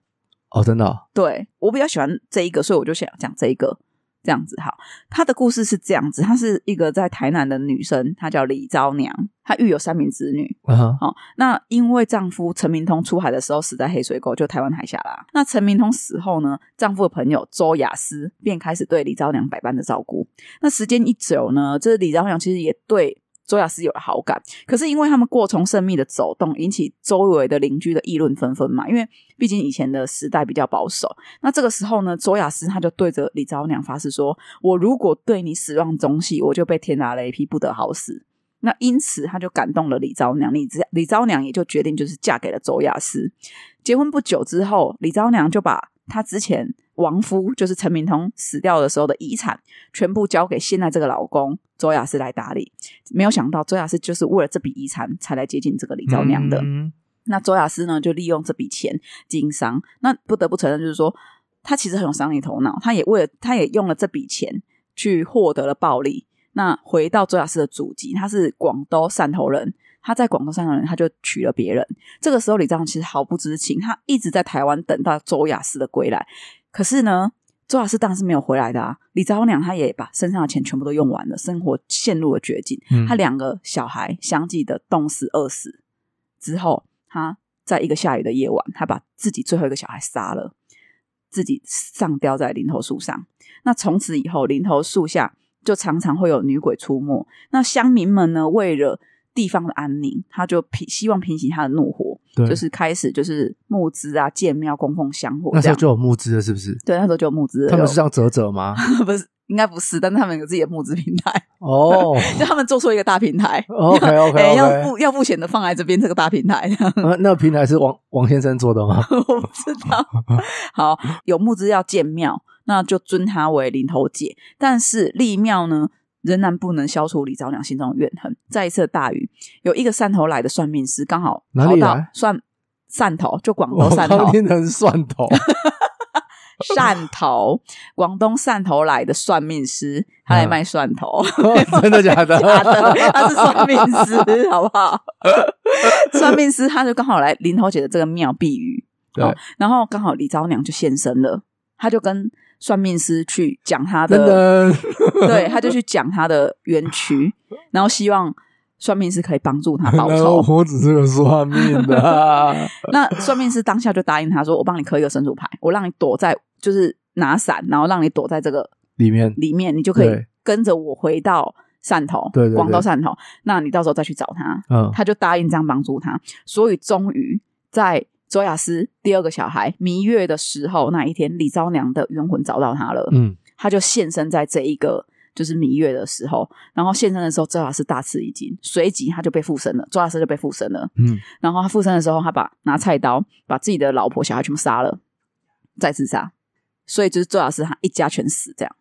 S1: 哦，真的哦、
S2: 对我比较喜欢这一个，所以我就想讲这一个。这样子好，她的故事是这样子，她是一个在台南的女生，她叫李昭娘，她育有三名子女。
S1: 啊哈，
S2: 哦，那因为丈夫陈明通出海的时候死在黑水沟，就台湾海峡啦。那陈明通死后呢，丈夫的朋友周雅思便开始对李昭娘百般的照顾。那时间一久呢，这李昭娘其实也对周雅思有了好感，可是因为他们过从甚密的走动，引起周围的邻居的议论纷纷嘛。因为毕竟以前的时代比较保守，那这个时候呢，周雅思她就对着李昭娘发誓说：“我如果对你始乱终弃，我就被天打雷劈，不得好死。”那因此，他就感动了李昭娘，李昭李昭娘也就决定就是嫁给了周亚斯。结婚不久之后，李昭娘就把她之前亡夫，就是陈明通死掉的时候的遗产，全部交给现在这个老公周亚斯来打理。没有想到，周亚斯就是为了这笔遗产才来接近这个李昭娘的。
S1: 嗯
S2: 那周亚斯呢，就利用这笔钱经商。那不得不承认，就是说他其实很有商业头脑，他也为了他也用了这笔钱去获得了暴利。那回到周亚斯的祖籍，他是广东汕头人，他在广东汕头人，他就娶了别人。这个时候，李章其实毫不知情，他一直在台湾等到周亚斯的归来。可是呢，周亚斯当然是没有回来的啊。李昭娘她也把身上的钱全部都用完了，生活陷入了绝境。
S1: 嗯
S2: 他两个小孩相继的冻死、饿死之后，他在一个下雨的夜晚，他把自己最后一个小孩杀了，自己上吊在林头树上。那从此以后，林头树下就常常会有女鬼出没。那乡民们呢，为了地方的安宁，他就平希望平息他的怒火，
S1: 对，
S2: 就是开始就是募资啊，建庙供奉香火
S1: 那时
S2: 这
S1: 候
S2: 样。
S1: 就有募资了，是不是？
S2: 对，那哦时候就有募资了，
S1: 他们是让泽泽 吗？
S2: 有不是应该不是，但是他们有自己的募资平台，
S1: 哦
S2: 就他们做出一个大平 台。
S1: ，OK
S2: 哎
S1: 哦 OK
S2: 要
S1: OK，
S2: 付要付钱的放在这边这个大平台，
S1: 啊那平台是王王先生做的 吗？
S2: 我不知道。好，有木之要建庙，那就尊他为林头姐。但是立庙呢，仍然不能消除李昭娘心中的怨恨。再一次的大雨，有一个汕头来的算命师，刚好
S1: 哪
S2: 跑
S1: 里
S2: 到
S1: 来
S2: 算汕头，就广
S1: 我
S2: 东汕
S1: 刚
S2: 头，
S1: 听成蒜头，
S2: 汕头，广东汕头来的算命师，他来
S1: 嗯
S2: 卖蒜头。
S1: 真的假的？
S2: 假的， 他是算命师，好不 好？算命师他就刚好来林头姐的这个庙避雨，
S1: 对
S2: 哦然后刚好李昭娘就现身了，他就跟算命师去讲他
S1: 真
S2: 的，
S1: 的，。
S2: 对，他就去讲他的冤屈，然后希望算命师可以帮助他报 仇
S1: 我只是个算命的啊，
S2: 那算命师当下就答应他说：“我帮你刻一个神主牌，我让你躲在就是拿伞，然后让你躲在这个
S1: 里面
S2: 里面，你就可以
S1: 对
S2: 跟着我回到汕头，
S1: 对对对
S2: 广东汕头。那你到时候再去找他。”
S1: 嗯，
S2: 他就答应这样帮助他，所以终于在周雅思第二个小孩弥月的时候那一天，李昭娘的冤魂找到他了，
S1: 嗯，
S2: 他就现身在这一个就是弥月的时候，然后现身的时候，周雅思大吃一惊，随即他就被附身了，周雅思就被附身了，
S1: 嗯，
S2: 然后他附身的时候，他把拿菜刀把自己的老婆小孩全部杀了，再自杀，所以就是周老师他一家全死这样。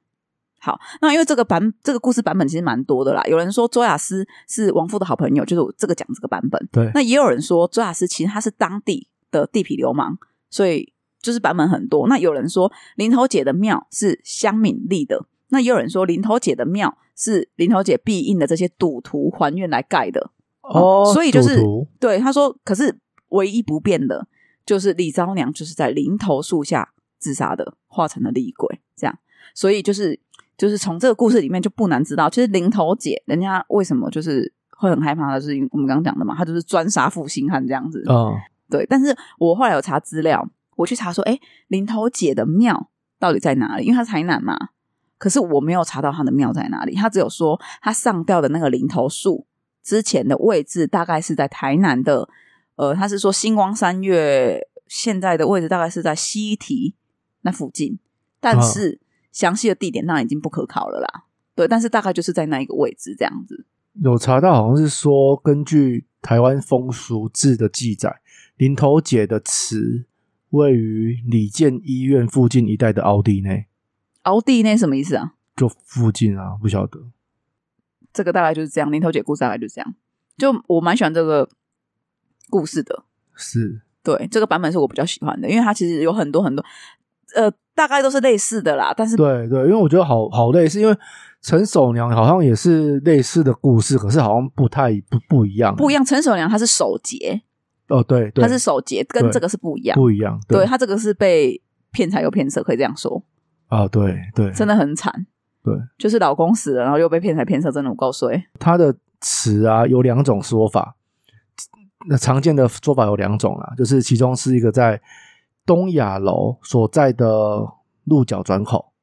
S2: 好，那因为这个版这个故事版本其实蛮多的啦。有人说周雅思是亡夫的好朋友，就是我这个讲这个版本。
S1: 对
S2: 那也有人说周雅思其实他是当地的地痞流氓，所以就是版本很多。那有人说林头姐的庙是乡民立的，那也有人说林头姐的庙是林头姐必应的这些赌徒还愿来盖的。
S1: 哦，
S2: 所以就是
S1: 赌徒
S2: 对，他说，可是唯一不变的就是李昭娘就是在林头树下自杀的，化成了厉鬼，这样。所以就是就是从这个故事里面就不难知道，其实林头姐人家为什么就是会很害怕的，就是因为我们刚刚讲的嘛，她就是专杀负心汉这样子。
S1: 嗯，
S2: 对，但是我后来有查资料，我去查说，哎，林头姐的庙到底在哪里？因为她是台南嘛，可是我没有查到她的庙在哪里。她只有说她上吊的那个林头树之前的位置大概是在台南的，呃，她是说星光三月现在的位置大概是在西堤那附近，但
S1: 嗯
S2: 是详细的地点当然已经不可考了啦。对，但是大概就是在那一个位置这样子。
S1: 有查到，好像是说根据台湾风俗志的记载，林头姐的祠位于李健医院附近一带的凹地内，
S2: 凹地那什么意思啊？
S1: 就附近啊，不晓得。
S2: 这个大概就是这样，林头姐故事大概就是这样。就我蛮喜欢这个故事的，
S1: 是，
S2: 对，这个版本是我比较喜欢的，因为它其实有很多很多，呃，大概都是类似的啦，但是
S1: 对对，因为我觉得好好类似，因为陈守娘好像也是类似的故事，可是好像不太不不一样，
S2: 不一样。陈守娘她是守节，
S1: 哦，对，对
S2: 它是手结，跟
S1: 对
S2: 这个是不一样。
S1: 不一样，
S2: 对，它这个是被骗财又骗色，可以这样说，
S1: 啊，对对，
S2: 真的很惨。
S1: 对，
S2: 就是老公死了，然后又被骗财骗色，真的我告诉你，
S1: 它的词啊有两种说法，那常见的说法有两种啊，就是其中是一个在东亚楼所在的鹿角转口，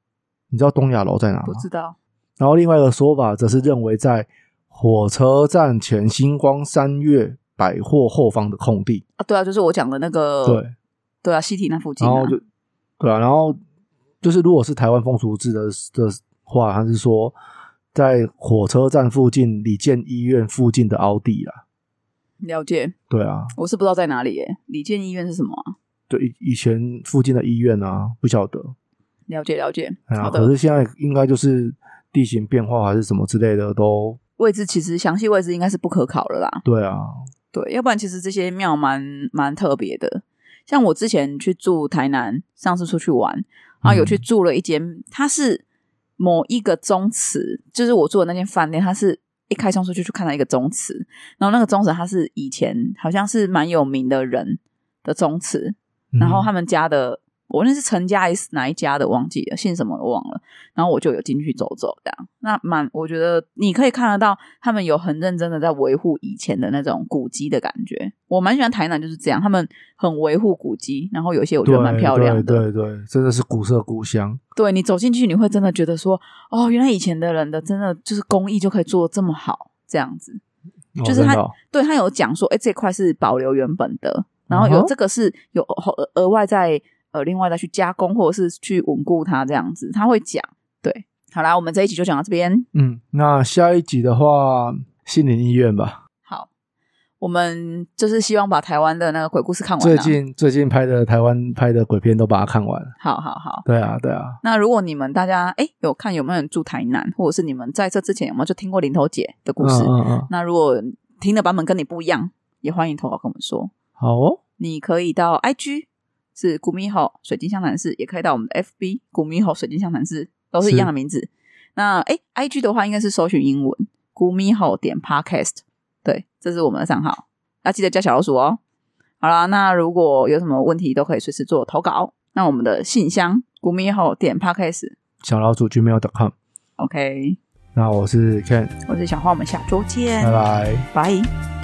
S1: 你知道东亚楼在哪
S2: 不
S1: 吗？
S2: 知道。
S1: 然后另外一个说法则是认为在火车站前星光三月百货后方的空地，
S2: 啊，对啊，就是我讲的那个，
S1: 对，
S2: 对啊，西体那附近、
S1: 然
S2: 啊，
S1: 后就对啊，然后就是如果是台湾风俗志的的话，他是说在火车站附近李健医院附近的凹地啊，
S2: 了解，
S1: 对啊，
S2: 我是不知道在哪里耶。李健医院是什么、啊？
S1: 就以以前附近的医院啊，不晓得，
S2: 了解了解，
S1: 哎呀
S2: 好
S1: 可
S2: 的。
S1: 是现在应该就是地形变化还是什么之类的都
S2: 位置其实详细位置应该是不可考了啦，
S1: 对啊，
S2: 对，要不然其实这些庙蛮蛮特别的。像我之前去住台南，上次出去玩，然后有去住了一间，它是某一个宗祠，就是我住的那间饭店，它是一开窗出去就看到一个宗祠，然后那个宗祠它是以前好像是蛮有名的人的宗祠，
S1: 嗯
S2: 然后他们家的，我那是陈家还是哪一家的忘记了，姓什么我忘了。然后我就有进去走走，这样那蛮，我觉得你可以看得到他们有很认真的在维护以前的那种古迹的感觉。我蛮喜欢台南就是这样，他们很维护古迹，然后有一些我觉
S1: 对
S2: 得蛮漂亮的。
S1: 对对对，真的是古色古香，
S2: 对你走进去，你会真的觉得说，哦，原来以前的人的真的就是工艺就可以做得这么好，这样子。
S1: 哦
S2: 就是
S1: 真
S2: 它
S1: 的哦
S2: 对他有讲说，哎、这块是保留原本的，然后
S1: 嗯
S2: 有
S1: 哼
S2: 这个是有额额外再呃另外再去加工或者是去稳固它这样子，他会讲。对，好啦，我们这一集就讲到这边。
S1: 嗯，那下一集的话，心灵医院吧。
S2: 好，我们就是希望把台湾的那个鬼故事看完
S1: 最
S2: 啦。
S1: 近最近拍的台湾拍的鬼片都把它看完了。
S2: 好好好。
S1: 对啊，对啊，
S2: 那如果你们大家哎有看有没有人住台南，或者是你们在这之前有没有就听过林头姐的故事？
S1: 嗯嗯嗯，
S2: 那如果听的版本跟你不一样，也欢迎投稿跟我们说。
S1: 好哦，
S2: 你可以到 IG 是古米吼水晶湘潭市，也可以到我们的 FB 古米吼水晶湘潭市，都是一样的名字。那哎，IG 的话应该是搜寻英文古米吼点 Podcast，对，这是我们的账号，要记得加小老鼠哦。好啦，那如果有什么问题都可以随时做投稿。那我们的信箱古米吼点 Podcast，OK，、
S1: 小老鼠 gmail.com。
S2: OK，
S1: 那我是 Ken，
S2: 我是小花，我们下周见
S1: 拜，拜。
S2: 拜。